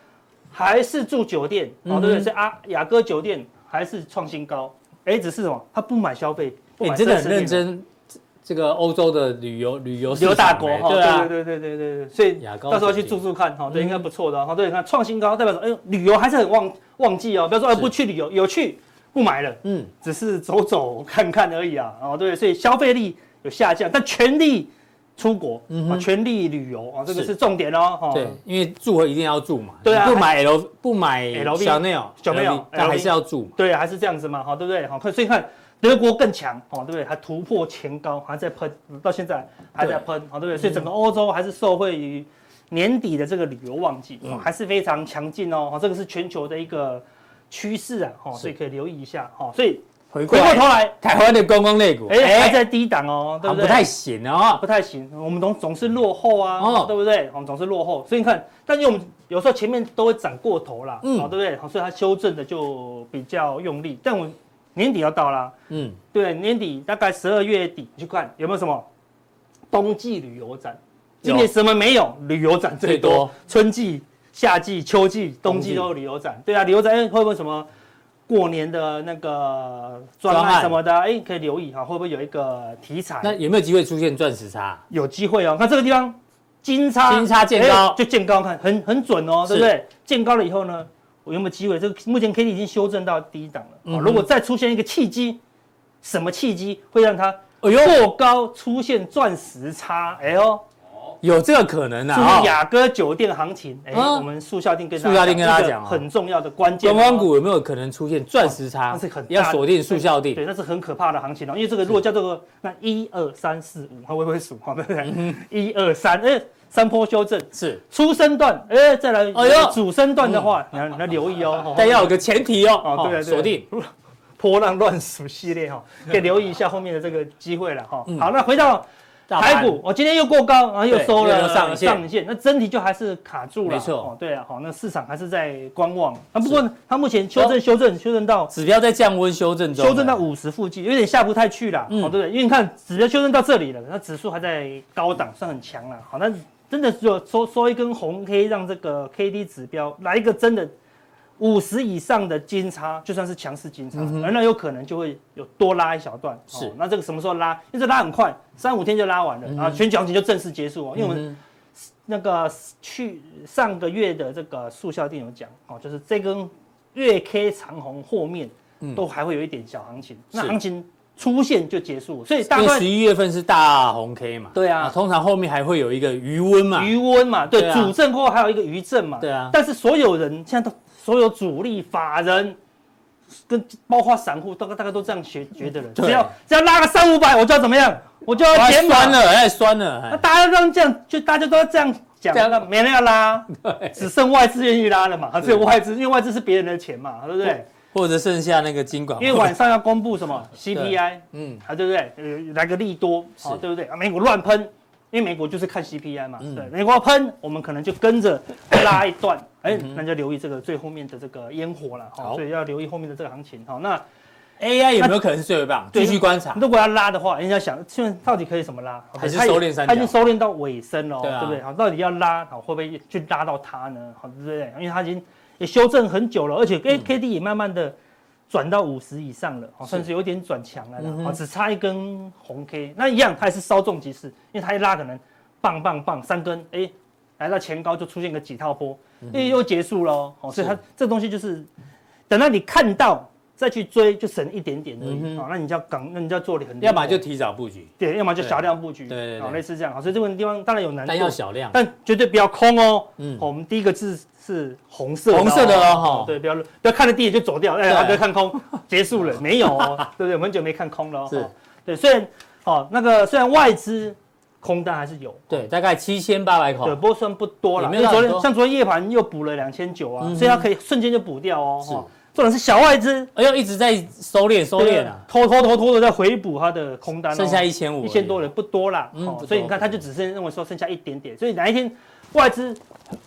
Speaker 6: 还是住酒店，哦对不
Speaker 2: 嗯
Speaker 6: 对？所以啊雅哥酒店还是创新高，哎、只是什么？他不买消费，不
Speaker 2: 哎你
Speaker 6: 买
Speaker 2: 真的很
Speaker 6: 奢侈品啊
Speaker 2: 认真。这这个欧洲的旅游旅游市
Speaker 6: 留
Speaker 2: 场
Speaker 6: 大国哈，
Speaker 2: 对啊，
Speaker 6: 对对对对对对，所以
Speaker 2: 雅高
Speaker 6: 到时候
Speaker 2: 酒
Speaker 6: 去
Speaker 2: 店
Speaker 6: 住住看哈，对，
Speaker 2: 嗯
Speaker 6: 应该不错的哈，对，你看创新高代表说，哎，旅游还是很旺旺季哦，不要说哎不去旅游，有去不买了，
Speaker 2: 嗯，
Speaker 6: 只是走走看看而已啊，哦，对，所以消费力有下降，但全力出国，
Speaker 2: 嗯
Speaker 6: 啊，
Speaker 2: 哼
Speaker 6: 全力旅游啊，这个
Speaker 2: 是
Speaker 6: 是重点哦，哦
Speaker 2: 对，因为住一定要住嘛，
Speaker 6: 对啊
Speaker 2: 你不买 L 不买
Speaker 6: LV
Speaker 2: 小 Chanel
Speaker 6: 小 Chanel
Speaker 2: LV 但
Speaker 6: LV
Speaker 2: 还是要住嘛，
Speaker 6: 对啊，还是这样子嘛，好，对不对？好，看，所以看德国更强，哦，对不对？还突破前高，还在喷，到现在还在喷，好，对不对？所以整个欧洲还是受惠于年底的这个旅游旺季，
Speaker 2: 嗯
Speaker 6: 哦还是非常强劲哦，哦，这个是全球的一个趋势啊，哦，
Speaker 2: 是
Speaker 6: 所以可以留意一下，哦，所以
Speaker 2: 回过
Speaker 6: 回过
Speaker 2: 头
Speaker 6: 头来，
Speaker 2: 台湾的观光类股，
Speaker 6: 哎，还在低档哦，对
Speaker 2: 好像
Speaker 6: 不对？
Speaker 2: 不太行哦，
Speaker 6: 不太行，我们总总是落后啊，
Speaker 2: 哦
Speaker 6: 对不对？我们总是落后，所以你看，但是我们有时候前面都会涨过头啦，
Speaker 2: 嗯
Speaker 6: 嗯，对不对？好所以它修正的就比较用力。但我年底要到啦，
Speaker 2: 嗯，
Speaker 6: 对，年底大概十二月底你去看有没有什么冬季旅游展，今年什么没有？旅游展最多，
Speaker 2: 最多
Speaker 6: 春季、夏季、秋季、冬
Speaker 2: 冬季
Speaker 6: 季都有旅游
Speaker 2: 嗯
Speaker 6: 展。对啊，旅游展哎会不会有什么过年的那个专
Speaker 2: 专案
Speaker 6: 案什么的？哎，可以留意哈，会不会有一个题材？
Speaker 2: 那有没有机会出现钻石差？
Speaker 6: 有机会哦。看这个地方，金叉
Speaker 2: 金叉见高
Speaker 6: 哎就见高看，很很准哦，
Speaker 2: 是
Speaker 6: 对不对？见高了以后呢，我有没有机会？这个目前 K D 已经修正到低档了、
Speaker 2: 嗯
Speaker 6: 哦。
Speaker 2: 哼
Speaker 6: 如果再出现一个契机，什么契机会让它
Speaker 2: 哎 呦，
Speaker 6: 过高出现钻石叉？哎呦，
Speaker 2: 有这个可能
Speaker 6: 出现
Speaker 2: 啊！哦
Speaker 6: 雅歌酒店行情，哎，
Speaker 2: 啊
Speaker 6: 我们速效定跟
Speaker 2: 速效定跟大家
Speaker 6: 一个
Speaker 2: 讲哦
Speaker 6: 很重要的关键哦，
Speaker 2: 观光股有没有可能出现钻石差
Speaker 6: 哦那是很？大的
Speaker 2: 要锁定速效定
Speaker 6: 对，，那是很可怕的行情哦，因为这个如果叫这个那一二三四五，它会不 会数？好，对不
Speaker 2: 嗯
Speaker 6: 对？一二三，哎，三波修正，
Speaker 2: 是，
Speaker 6: 初升段，哎，再来，
Speaker 2: 哎呦嗯
Speaker 6: 主升段的话，你要你要留意哦， 哦
Speaker 2: 但要有个前提哦，
Speaker 6: 哦
Speaker 2: 哦
Speaker 6: 对对
Speaker 2: 锁定
Speaker 6: 波浪乱数系列哈，可以留意一下后面的这个机会了哈。
Speaker 2: 嗯
Speaker 6: 好，那回到
Speaker 2: 大盘
Speaker 6: 台股，我今天又过高，然后又
Speaker 2: 对
Speaker 6: 收
Speaker 2: 又
Speaker 6: 了呃
Speaker 2: 上影线
Speaker 6: 上影线，那整体就还是卡住了，
Speaker 2: 没错
Speaker 6: 哦，对啊，好，那市场还是在观望，那不过它目前
Speaker 2: 哦
Speaker 6: 修正修正修正到
Speaker 2: 指标在降温修正中，啊
Speaker 6: 修正到，五十附近，有点下不太去啦，
Speaker 2: 嗯
Speaker 6: 哦，对不对？因为你看指标修正到这里了，那指数还在高档，算很强了。好，那真的只有收收一根红 K，让这个 K D 指标来一个真的五十以上的金叉，就算是强势金叉，
Speaker 2: 嗯哼
Speaker 6: 而那有可能就会有多拉一小段。哦
Speaker 2: 是
Speaker 6: 那这个什么时候拉？因为这拉很快，三五天就拉完了，然后全行情就正式结束哦。因为我们
Speaker 2: 嗯
Speaker 6: 那个去上个月的这个速效店有讲哦，就是这根月 K 长红后面
Speaker 2: 嗯
Speaker 6: 都还会有一点小行情，那
Speaker 2: 是
Speaker 6: 行情出现就结束，所以
Speaker 2: 哼，
Speaker 6: 大
Speaker 2: 因为
Speaker 6: 概
Speaker 2: 十一月份是大红 K 嘛，
Speaker 6: 对啊
Speaker 2: 通常后面还会有一个余温嘛，
Speaker 6: 余温嘛，对
Speaker 2: 对，啊
Speaker 6: 主震过后还有一个余震嘛，
Speaker 2: 对啊
Speaker 6: 但是所有人现在都所有主力法人。跟包括散户，大概大概都这样觉觉得了。
Speaker 2: 对
Speaker 6: 只要只要拉个三五百，我就要怎么样，我就要
Speaker 2: 哎
Speaker 6: 减码
Speaker 2: 酸了，哎，酸了，
Speaker 6: 那
Speaker 2: 哎
Speaker 6: 大家都这样，就大家都要这样讲，
Speaker 2: 这样
Speaker 6: 那没人要拉，只剩外资愿意拉了嘛，只有外资，因为外资是别人的钱嘛，对不对？
Speaker 2: 或者剩下那个金管会，
Speaker 6: 因为晚上要公布什么 CPI，
Speaker 2: 嗯，
Speaker 6: 啊，对不对？呃，来个利多，
Speaker 2: 是
Speaker 6: 好，对不对？啊，美股乱喷，因为美国就是看 CPI 嘛，
Speaker 2: 嗯
Speaker 6: 对，美国要喷，我们可能就跟着 拉一段，哎，那就留意这个最后面的这个烟火了，
Speaker 2: 嗯
Speaker 6: 哦
Speaker 2: 好
Speaker 6: 好，所以要留意后面的这个行情，好，那
Speaker 2: AI 有没有可能是最尾棒？
Speaker 6: 对
Speaker 2: 继续观察，
Speaker 6: 如果要拉的话，人家想现在到底可以怎么拉？
Speaker 2: 还是
Speaker 6: 它
Speaker 2: 收敛三角
Speaker 6: 它已经收敛到尾声了哦，
Speaker 2: 对啊
Speaker 6: 对不对？好，到底要拉，好会不会去拉到它呢？好，对不对？因为它已经也修正很久了，而
Speaker 2: 嗯
Speaker 6: 且 K K D 也慢慢的转到五十以上了，好，
Speaker 2: 是
Speaker 6: 甚至有点转强了啦
Speaker 2: 嗯，哼
Speaker 6: 好，只差一根红 K，那一样它也是稍纵即逝，因为它一拉可能棒棒棒三根，哎，来到前高就出现个几套波，因为又结束了哦，好所以它
Speaker 2: 嗯是
Speaker 6: 这东西就是等到你看到。再去追就省一点点而
Speaker 2: 嗯哼
Speaker 6: 已，哦好，那你就要港，那你就要做得很灵活，
Speaker 2: 要么就提早布局，
Speaker 6: 对，要么就
Speaker 2: 对
Speaker 6: 小量布局，哦
Speaker 2: 对对对
Speaker 6: 好类似这样，好，所以这个地方当然有难度，
Speaker 2: 但要小量，
Speaker 6: 但绝对不要空哦。
Speaker 2: 嗯
Speaker 6: 好我们第一个字是红色的哦，
Speaker 2: 红色的哦哈
Speaker 6: 对，不要不要看了第一眼就走掉，哎，
Speaker 2: 对
Speaker 6: 啊不要看 空，结束了，没有哦，对不对？我们很久没看空了哦，
Speaker 2: 是
Speaker 6: 对，虽然哦那个虽然外资空单还是有，
Speaker 2: 对，大概七千八百口
Speaker 6: 对，，不过算不多了。
Speaker 2: 也没
Speaker 6: 因
Speaker 2: 有
Speaker 6: 为
Speaker 2: 到
Speaker 6: 昨
Speaker 2: 很多
Speaker 6: 天像昨天夜盘又补了两千九啊
Speaker 2: 嗯，哼
Speaker 6: 所以它可以瞬间就补掉哦。
Speaker 2: 是
Speaker 6: 哦重点是小外资
Speaker 2: 哎呦，一直在收敛收敛啊，，
Speaker 6: 偷偷偷偷的在回补它的空单哦，
Speaker 2: 剩下一千五，
Speaker 6: 一千多人不多啦，
Speaker 2: 啊嗯不
Speaker 6: 哦
Speaker 2: 多，
Speaker 6: 所以你看，他就只剩认为说剩下一点点，所以哪一天外资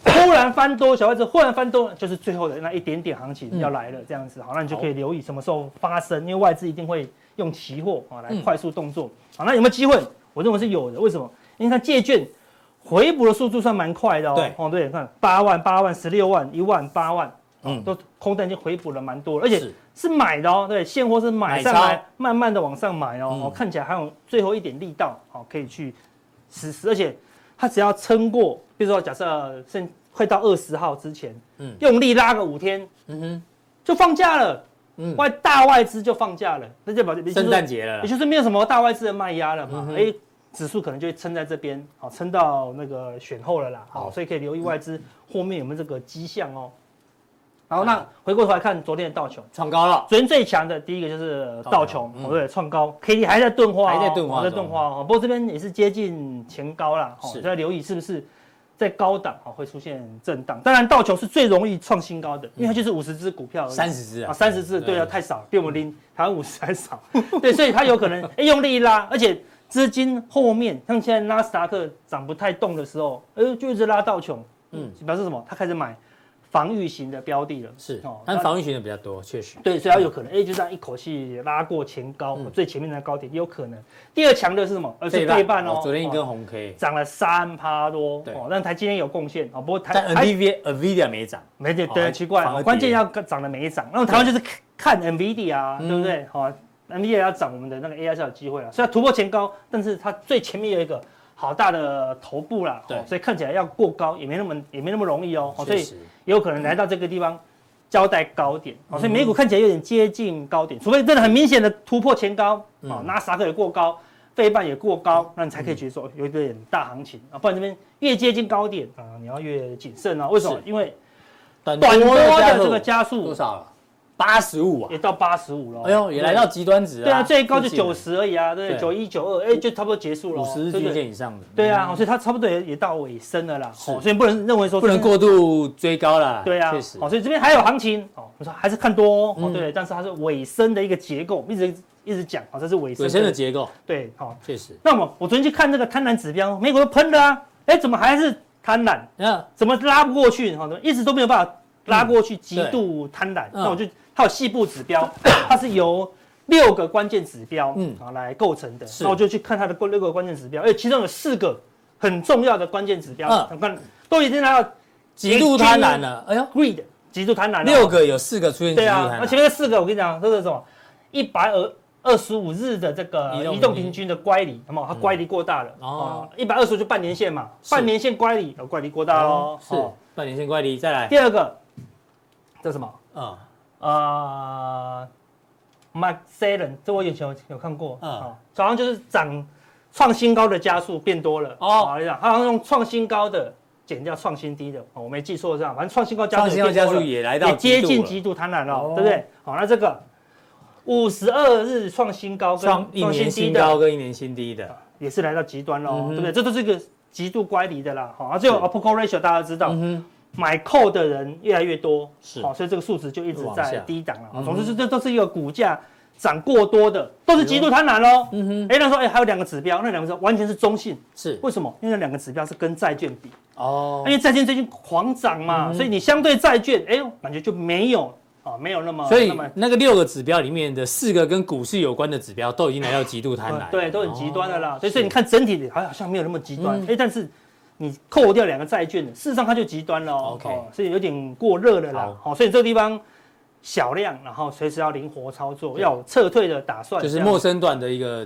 Speaker 6: 忽然翻多，小外资忽然翻多，就是最后的那一点点行
Speaker 2: 嗯
Speaker 6: 情要来了，这样子，好，那你就
Speaker 2: 好
Speaker 6: 可以留意什么时候发生，因为外资一定会用期货啊来
Speaker 2: 嗯
Speaker 6: 快速动作，好，那有没有机会？我认为是有的，为什么？因为它借券回补的速度算蛮快的哦，
Speaker 2: 对
Speaker 6: 哦，对，你看八万、八万、十六万、一万、八万，
Speaker 2: 嗯，
Speaker 6: 哦都空单已经回补了蛮多了，而且
Speaker 2: 是
Speaker 6: 是买的哦，对，现货是
Speaker 2: 买
Speaker 6: 买
Speaker 2: 超
Speaker 6: 上来，慢慢的往上买哦，
Speaker 2: 嗯
Speaker 6: 哦看起来还有最后一点力道，哦，可以去实施，而且它只要撑过，比如说假设呃剩快到二十号之前，
Speaker 2: 嗯
Speaker 6: 用力拉个五天
Speaker 2: 嗯哼，
Speaker 6: 就放假了，
Speaker 2: 嗯
Speaker 6: 外大外资就放假了，那就表示也就是
Speaker 2: 圣诞节了
Speaker 6: 也
Speaker 2: 啦，
Speaker 6: 就是没有什么大外资的卖压了嘛
Speaker 2: 嗯，哼
Speaker 6: 哎、指数可能就会撑在这边，好，撑到那个选后了啦，好，
Speaker 2: 好嗯
Speaker 6: 所以可以留意外资后面有没有这个迹象哦。
Speaker 3: 然
Speaker 6: 好，那回过头来看昨天的道琼，
Speaker 2: 创高了，
Speaker 6: 昨天最强的第一个就是
Speaker 2: 道
Speaker 6: 道琼，
Speaker 2: 琼嗯
Speaker 6: 哦对，创高，K D 还在钝化哦，
Speaker 2: 还在钝化
Speaker 6: 还在钝化哦，不过这边也是接近前高啦，哦，
Speaker 2: 是
Speaker 6: 就要留意是不是在高档哦会出现震荡。当然，道琼是最容易创新高的，因为它就是五十只股票而已，
Speaker 2: 三十只
Speaker 6: 啊，
Speaker 2: 啊，嗯
Speaker 6: 三十字对啊，太少，比我们零台湾五十还少， 对，所以它有 可能、哎用力一拉，而且资金后面像现在纳斯达克涨不太动的时候，呃，就一直拉到穷，
Speaker 2: 嗯
Speaker 6: 嗯，表示什么？它开始买防御型的标的了，
Speaker 2: 是
Speaker 6: 哦，
Speaker 2: 但
Speaker 6: 那
Speaker 2: 防御型的比较多，确实，
Speaker 6: 对，所以它有可能哎、就这样一口气拉过前高、
Speaker 2: 嗯
Speaker 6: 最前面的高点，有可能。第二强的是什么？而是对半哦，
Speaker 2: 昨天一
Speaker 6: 哦
Speaker 2: 根红 K，
Speaker 6: 涨了三趴多，
Speaker 2: 对
Speaker 6: 哦，但台积电有贡献哦，不过台
Speaker 2: 但
Speaker 6: 台
Speaker 2: NVIDIA NVIDIA 没涨，
Speaker 6: 没对
Speaker 2: 哦
Speaker 6: 对，
Speaker 2: 还
Speaker 6: 奇怪
Speaker 2: 反而
Speaker 6: 哦，
Speaker 2: 跌
Speaker 6: 关键要涨的没涨。那台湾就是看 NVIDIA 啊，
Speaker 2: 嗯
Speaker 6: 对不对？好，NVIDIA 要涨，我们的那个 AI 是有机会啊了。虽然突破前高，但是它最前面有一个好大的头部啦，
Speaker 2: 对
Speaker 6: 哦所以看起来要过高也没那么也没那么容易哦，哦所
Speaker 2: 确
Speaker 6: 以
Speaker 2: 实，
Speaker 6: 也有可能来到这个地方交代高点，
Speaker 2: 嗯
Speaker 6: 哦所以美股看起来有点接近高点，除非真的很明显的突破前高，哦
Speaker 2: 嗯，
Speaker 6: 纳斯达克也过高，费半也过高，那你才可以觉得
Speaker 2: 嗯
Speaker 6: 说哦有一点大行情啊，不然这边越接近高点啊，你要越谨慎啊，为什么
Speaker 2: 是？
Speaker 6: 因为
Speaker 2: 短
Speaker 6: 短多的这个
Speaker 2: 加
Speaker 6: 加
Speaker 2: 速多
Speaker 6: 速
Speaker 2: 少了？八十五啊
Speaker 6: 也，到八十五了，
Speaker 2: 哎呦，也来到极端值啊，
Speaker 6: 对啊，最高就
Speaker 2: 附近了
Speaker 6: 九，十而已啊，对，九
Speaker 2: 对
Speaker 6: 一九二，哎，就差不多结束了，
Speaker 2: 五十日
Speaker 6: 对不
Speaker 2: 均
Speaker 6: 对
Speaker 2: 线以上的，
Speaker 6: 对
Speaker 2: 嗯
Speaker 6: 啊，所以它差不多也也到尾声了啦，
Speaker 2: 是
Speaker 6: 哦，所以不能认为说
Speaker 2: 不能
Speaker 6: 真的
Speaker 2: 过度追高啦，
Speaker 6: 对啊
Speaker 2: 确实，，
Speaker 6: 哦，所以这边还有行情哦，我说还是看多哦，哦
Speaker 2: 嗯
Speaker 6: 对，但是它是尾声的一个结构，一直一直讲，哦，这是尾声
Speaker 2: 尾声的结构
Speaker 6: 对，好、哦，
Speaker 2: 确实，
Speaker 6: 那么我昨天去看这个贪婪指标，美股都喷了啊，哎，怎么还是贪婪？
Speaker 2: 那
Speaker 6: 怎么拉不过去？哈，一直都没有办法拉过去，极度贪婪。
Speaker 2: 嗯
Speaker 6: 那我就它有细部 指标，它是由六个关键指标
Speaker 2: 嗯
Speaker 6: 嗯啊来构成的。
Speaker 2: 是
Speaker 6: 那我就去看它的各六个关键指标，哎，其中有四个很重要的关键指标，
Speaker 2: 嗯
Speaker 6: 我看都已经拿到
Speaker 2: 极度贪婪了，哎呦，
Speaker 6: greed 极度贪婪了
Speaker 2: 六个有四个出现极度
Speaker 6: 对
Speaker 2: 贪
Speaker 6: 啊，
Speaker 2: 婪，
Speaker 6: 那前面四个我跟你讲，这是什么？一百二二十五日的这个
Speaker 2: 移动嗯
Speaker 6: 移动平均的乖离，好不好？它乖离过大了
Speaker 2: 哦
Speaker 6: 哦，一百二十就半年线嘛，
Speaker 2: 是
Speaker 6: 半年线乖离，哦乖离过大喽。
Speaker 2: 嗯是
Speaker 6: 哦
Speaker 2: 半年线乖离，再来，
Speaker 6: 第二个，这什么？
Speaker 2: 嗯，
Speaker 6: 呃，Mark Salem，这我以前有有看过，
Speaker 2: 嗯
Speaker 6: 啊，早上就是涨创新高的加速变多了，
Speaker 2: 哦
Speaker 6: 哦，你讲，它好像用创新高的减掉创新低的，哦我没记错这样，反正创新高加
Speaker 2: 创
Speaker 6: 速
Speaker 2: 新
Speaker 6: 也
Speaker 2: 高加
Speaker 6: 变多
Speaker 2: 速
Speaker 6: 了，
Speaker 2: 也来到
Speaker 6: 也接近
Speaker 2: 极
Speaker 6: 极度贪婪了，
Speaker 2: 哦
Speaker 6: 对不对？好，那这个五十二日创新高
Speaker 2: 度了
Speaker 6: 跟
Speaker 2: 创一年新
Speaker 6: 的
Speaker 2: 高跟一年新低的，
Speaker 6: 也是来到极端
Speaker 2: 嗯
Speaker 6: 喽，
Speaker 2: 哼
Speaker 6: 对不对？这都是一个极度乖离的啦，好，啊，最后
Speaker 2: 是
Speaker 6: a p o c o ratio 大家知道，
Speaker 2: 嗯
Speaker 6: 买扣的人越来越多，
Speaker 2: 是
Speaker 6: 好、所以这个数值就一直
Speaker 2: 往下
Speaker 6: 在低档了。
Speaker 2: 嗯
Speaker 6: 好总之，这这都是一个股价涨过多的，都是极度贪婪喽。
Speaker 2: 嗯哼，
Speaker 6: 哎，那说哎，还有两个指标，那两个指标完全是中性，
Speaker 2: 是
Speaker 6: 为什么？因为那两个指标是跟债券比，
Speaker 2: 哦
Speaker 6: 因，为债券最近狂涨嘛，
Speaker 2: 嗯
Speaker 6: 所以你相对债券，哎呦，感觉就没有啊、没有那么，
Speaker 2: 所以
Speaker 6: 那么
Speaker 2: 那个六个指标里面的四个跟股市有关的指标都已经来到极度贪婪，哦
Speaker 6: 对，都很极端的啦。所以
Speaker 2: 是嗯
Speaker 6: 所以你看整体好像没有那么极端，哎、但是你扣掉两个债券，事实上它就极端了哦
Speaker 2: OK
Speaker 6: 哦所以有点过热了啦。哦好、所以这个地方小量，然后随时要灵活操作，
Speaker 2: 对
Speaker 6: 要有撤退的打算，
Speaker 2: 哦就是
Speaker 6: 这样
Speaker 2: 陌生段的一个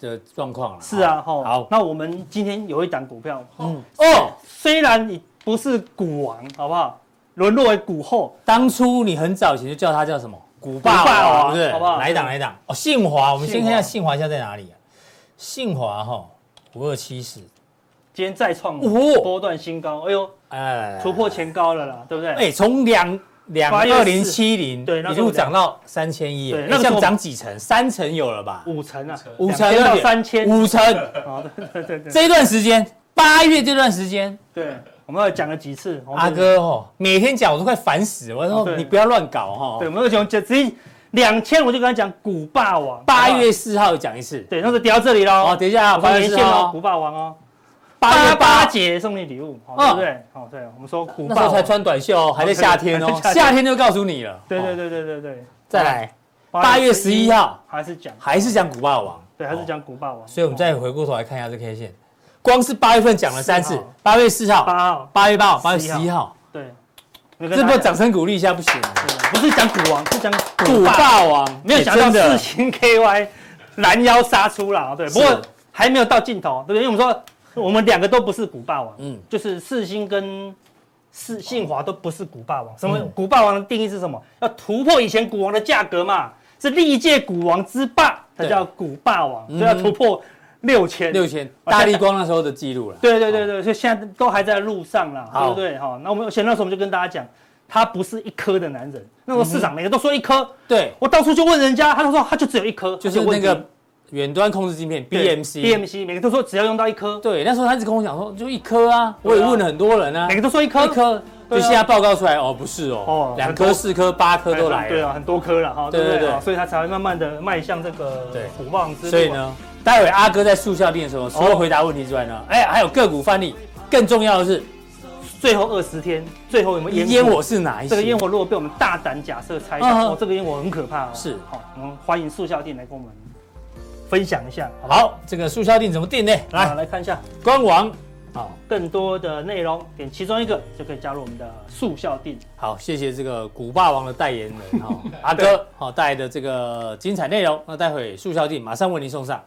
Speaker 2: 的状况了，
Speaker 6: 是啊，哈、
Speaker 2: 哦好，
Speaker 6: 那我们今天有一档股票，
Speaker 2: 嗯，
Speaker 6: 哦，虽然你不是股王，好不好？沦落为股后，
Speaker 2: 当初你很早以前就叫它叫什么？古
Speaker 6: 霸王
Speaker 2: 对不对？
Speaker 6: 好不好嗯
Speaker 2: 哪一档？哪一档？哦，信华，我们先
Speaker 6: 信
Speaker 2: 看
Speaker 6: 华
Speaker 2: 一下信华现在在哪里啊？信华哈，五二七四，
Speaker 6: 今天再创
Speaker 2: 哦
Speaker 6: 波段新高，哎呦，
Speaker 2: 哎来来来来
Speaker 6: 突破前高了啦，对不对？
Speaker 2: 哎，从两两
Speaker 6: 八月
Speaker 2: 二
Speaker 6: 四
Speaker 2: 零七零，
Speaker 6: 对那
Speaker 2: 一
Speaker 6: 时候
Speaker 2: 路
Speaker 6: 两
Speaker 2: 涨到三千一，
Speaker 6: 对
Speaker 2: 哎
Speaker 6: 那个
Speaker 2: 这
Speaker 6: 时
Speaker 2: 样
Speaker 6: 候
Speaker 2: 涨几成？三成有了吧？
Speaker 6: 五成啊，
Speaker 2: 五成
Speaker 6: 2000
Speaker 2: 而
Speaker 6: 到
Speaker 2: 且
Speaker 6: 三千，
Speaker 2: 五成，
Speaker 6: 好，对对对对
Speaker 2: 这一段时间，八月这段时间，
Speaker 6: 对，我们有讲了几次，我们
Speaker 2: 阿，哥哦，每天讲我都快烦死，我
Speaker 6: 哦
Speaker 2: 说
Speaker 6: 对
Speaker 2: 你不要乱搞哦哈。
Speaker 6: 对，我们有讲讲，直接两千我就跟他讲古霸王，
Speaker 2: 八
Speaker 6: 好不好，
Speaker 2: 月四号讲一次，
Speaker 6: 对，那时候聊到这里
Speaker 2: 好，
Speaker 6: 喽，
Speaker 2: 等一下啊，
Speaker 6: 我说
Speaker 2: 八月
Speaker 6: 连
Speaker 2: 四
Speaker 6: 线哦，
Speaker 2: 号
Speaker 6: 古
Speaker 2: 哦，
Speaker 6: 霸王哦，
Speaker 2: 八月八
Speaker 6: 八节送你礼物，好，
Speaker 2: 嗯
Speaker 6: 对不对？好，对，我们说古
Speaker 2: 那时
Speaker 6: 霸
Speaker 2: 候才
Speaker 6: 王，
Speaker 2: 穿短袖哦，还在夏天哦
Speaker 6: 还，在夏天
Speaker 2: 夏天就告诉你了。
Speaker 6: 对对
Speaker 2: 哦，
Speaker 6: 对对对对，
Speaker 2: 再来八月十一号
Speaker 6: 还是讲，
Speaker 2: 还是讲古霸王，
Speaker 6: 对，还是
Speaker 2: 哦。
Speaker 6: 讲古霸王，
Speaker 2: 所以我们再回过头来看一下这 K 线，光是八月份讲了三次
Speaker 6: 4号，
Speaker 2: 八月四号、
Speaker 6: 八号，
Speaker 2: 八月八号、八月十
Speaker 6: 11
Speaker 2: 一号，
Speaker 6: 对，这
Speaker 2: 这不掌声鼓励一下不行啊，
Speaker 6: 不是讲古王，是讲
Speaker 2: 古
Speaker 6: 古霸
Speaker 2: 霸王
Speaker 6: 没有想到
Speaker 2: 哎真的
Speaker 6: 四星 KY 拦腰杀出了，对，
Speaker 2: 是
Speaker 6: 不过还没有到尽头，对不对？因为我们说我们两个都不是股霸王，
Speaker 2: 嗯
Speaker 6: 嗯，就是四星跟是信华都不是股霸王。什么
Speaker 2: 嗯
Speaker 6: 股霸王的定义是什么？要突破以前股王的价格嘛，是历届股王之霸，它
Speaker 2: 对
Speaker 6: 叫股霸王，
Speaker 2: 嗯
Speaker 6: 就要突破六千。
Speaker 2: 六千，
Speaker 6: 哦
Speaker 2: 大力光那时候的记录了。
Speaker 6: 对对对对，所以现在都还在路上啦，
Speaker 2: 好
Speaker 6: 对不对？哈，那我们前段时候我们就跟大家讲，他不是一颗的男人。那时
Speaker 2: 嗯
Speaker 6: 候市场每个都说一颗，
Speaker 2: 对，
Speaker 6: 我到处就问人家，他就说他就只有一颗，
Speaker 2: 就是那个远端控制晶片 BMC。
Speaker 6: BMC，每个都说只要用到一颗，
Speaker 2: 对，那时候他一直跟我讲说，就一颗啊，我也问了很多人啊
Speaker 6: 每，个都说一颗
Speaker 2: 一，颗，
Speaker 6: 对
Speaker 2: 就
Speaker 6: 啊
Speaker 2: 现在报告出来哦，不是哦
Speaker 6: 哦，
Speaker 2: 两
Speaker 6: 很多
Speaker 2: 颗、四颗、八颗都来
Speaker 6: 对
Speaker 2: 了。
Speaker 6: 啊，很多颗了哈，
Speaker 2: 对
Speaker 6: 对
Speaker 2: 对
Speaker 6: 不对？
Speaker 2: 对
Speaker 6: 啊所以他才会慢慢的迈向这个
Speaker 2: 对
Speaker 6: 虎望之路。啊
Speaker 2: 所以，呢，待会阿哥在速效定的时候，除了回答问题之外
Speaker 6: 哦
Speaker 2: 呢，哎，还有个股范例，更重要的是
Speaker 6: 最后二十天，最后有没有
Speaker 2: 烟
Speaker 6: 火？
Speaker 2: 火是哪一些？
Speaker 6: 这个烟火如果被我们大胆假设猜
Speaker 2: 嗯哼
Speaker 6: 想，哦，这个烟火很可怕哦。
Speaker 2: 是
Speaker 6: 好，我们欢迎速效店来跟我们分享一下。
Speaker 2: 好，这个速效定怎么定呢？
Speaker 6: 好
Speaker 2: 来，
Speaker 6: 来看一下
Speaker 2: 官网。好
Speaker 6: 更多的内容，点其中一个就可以加入我们的速效店。
Speaker 2: 好，谢谢这个古霸王的代言人哈、阿哥好带来的这个精彩内容。那待会速效定马上为您送上。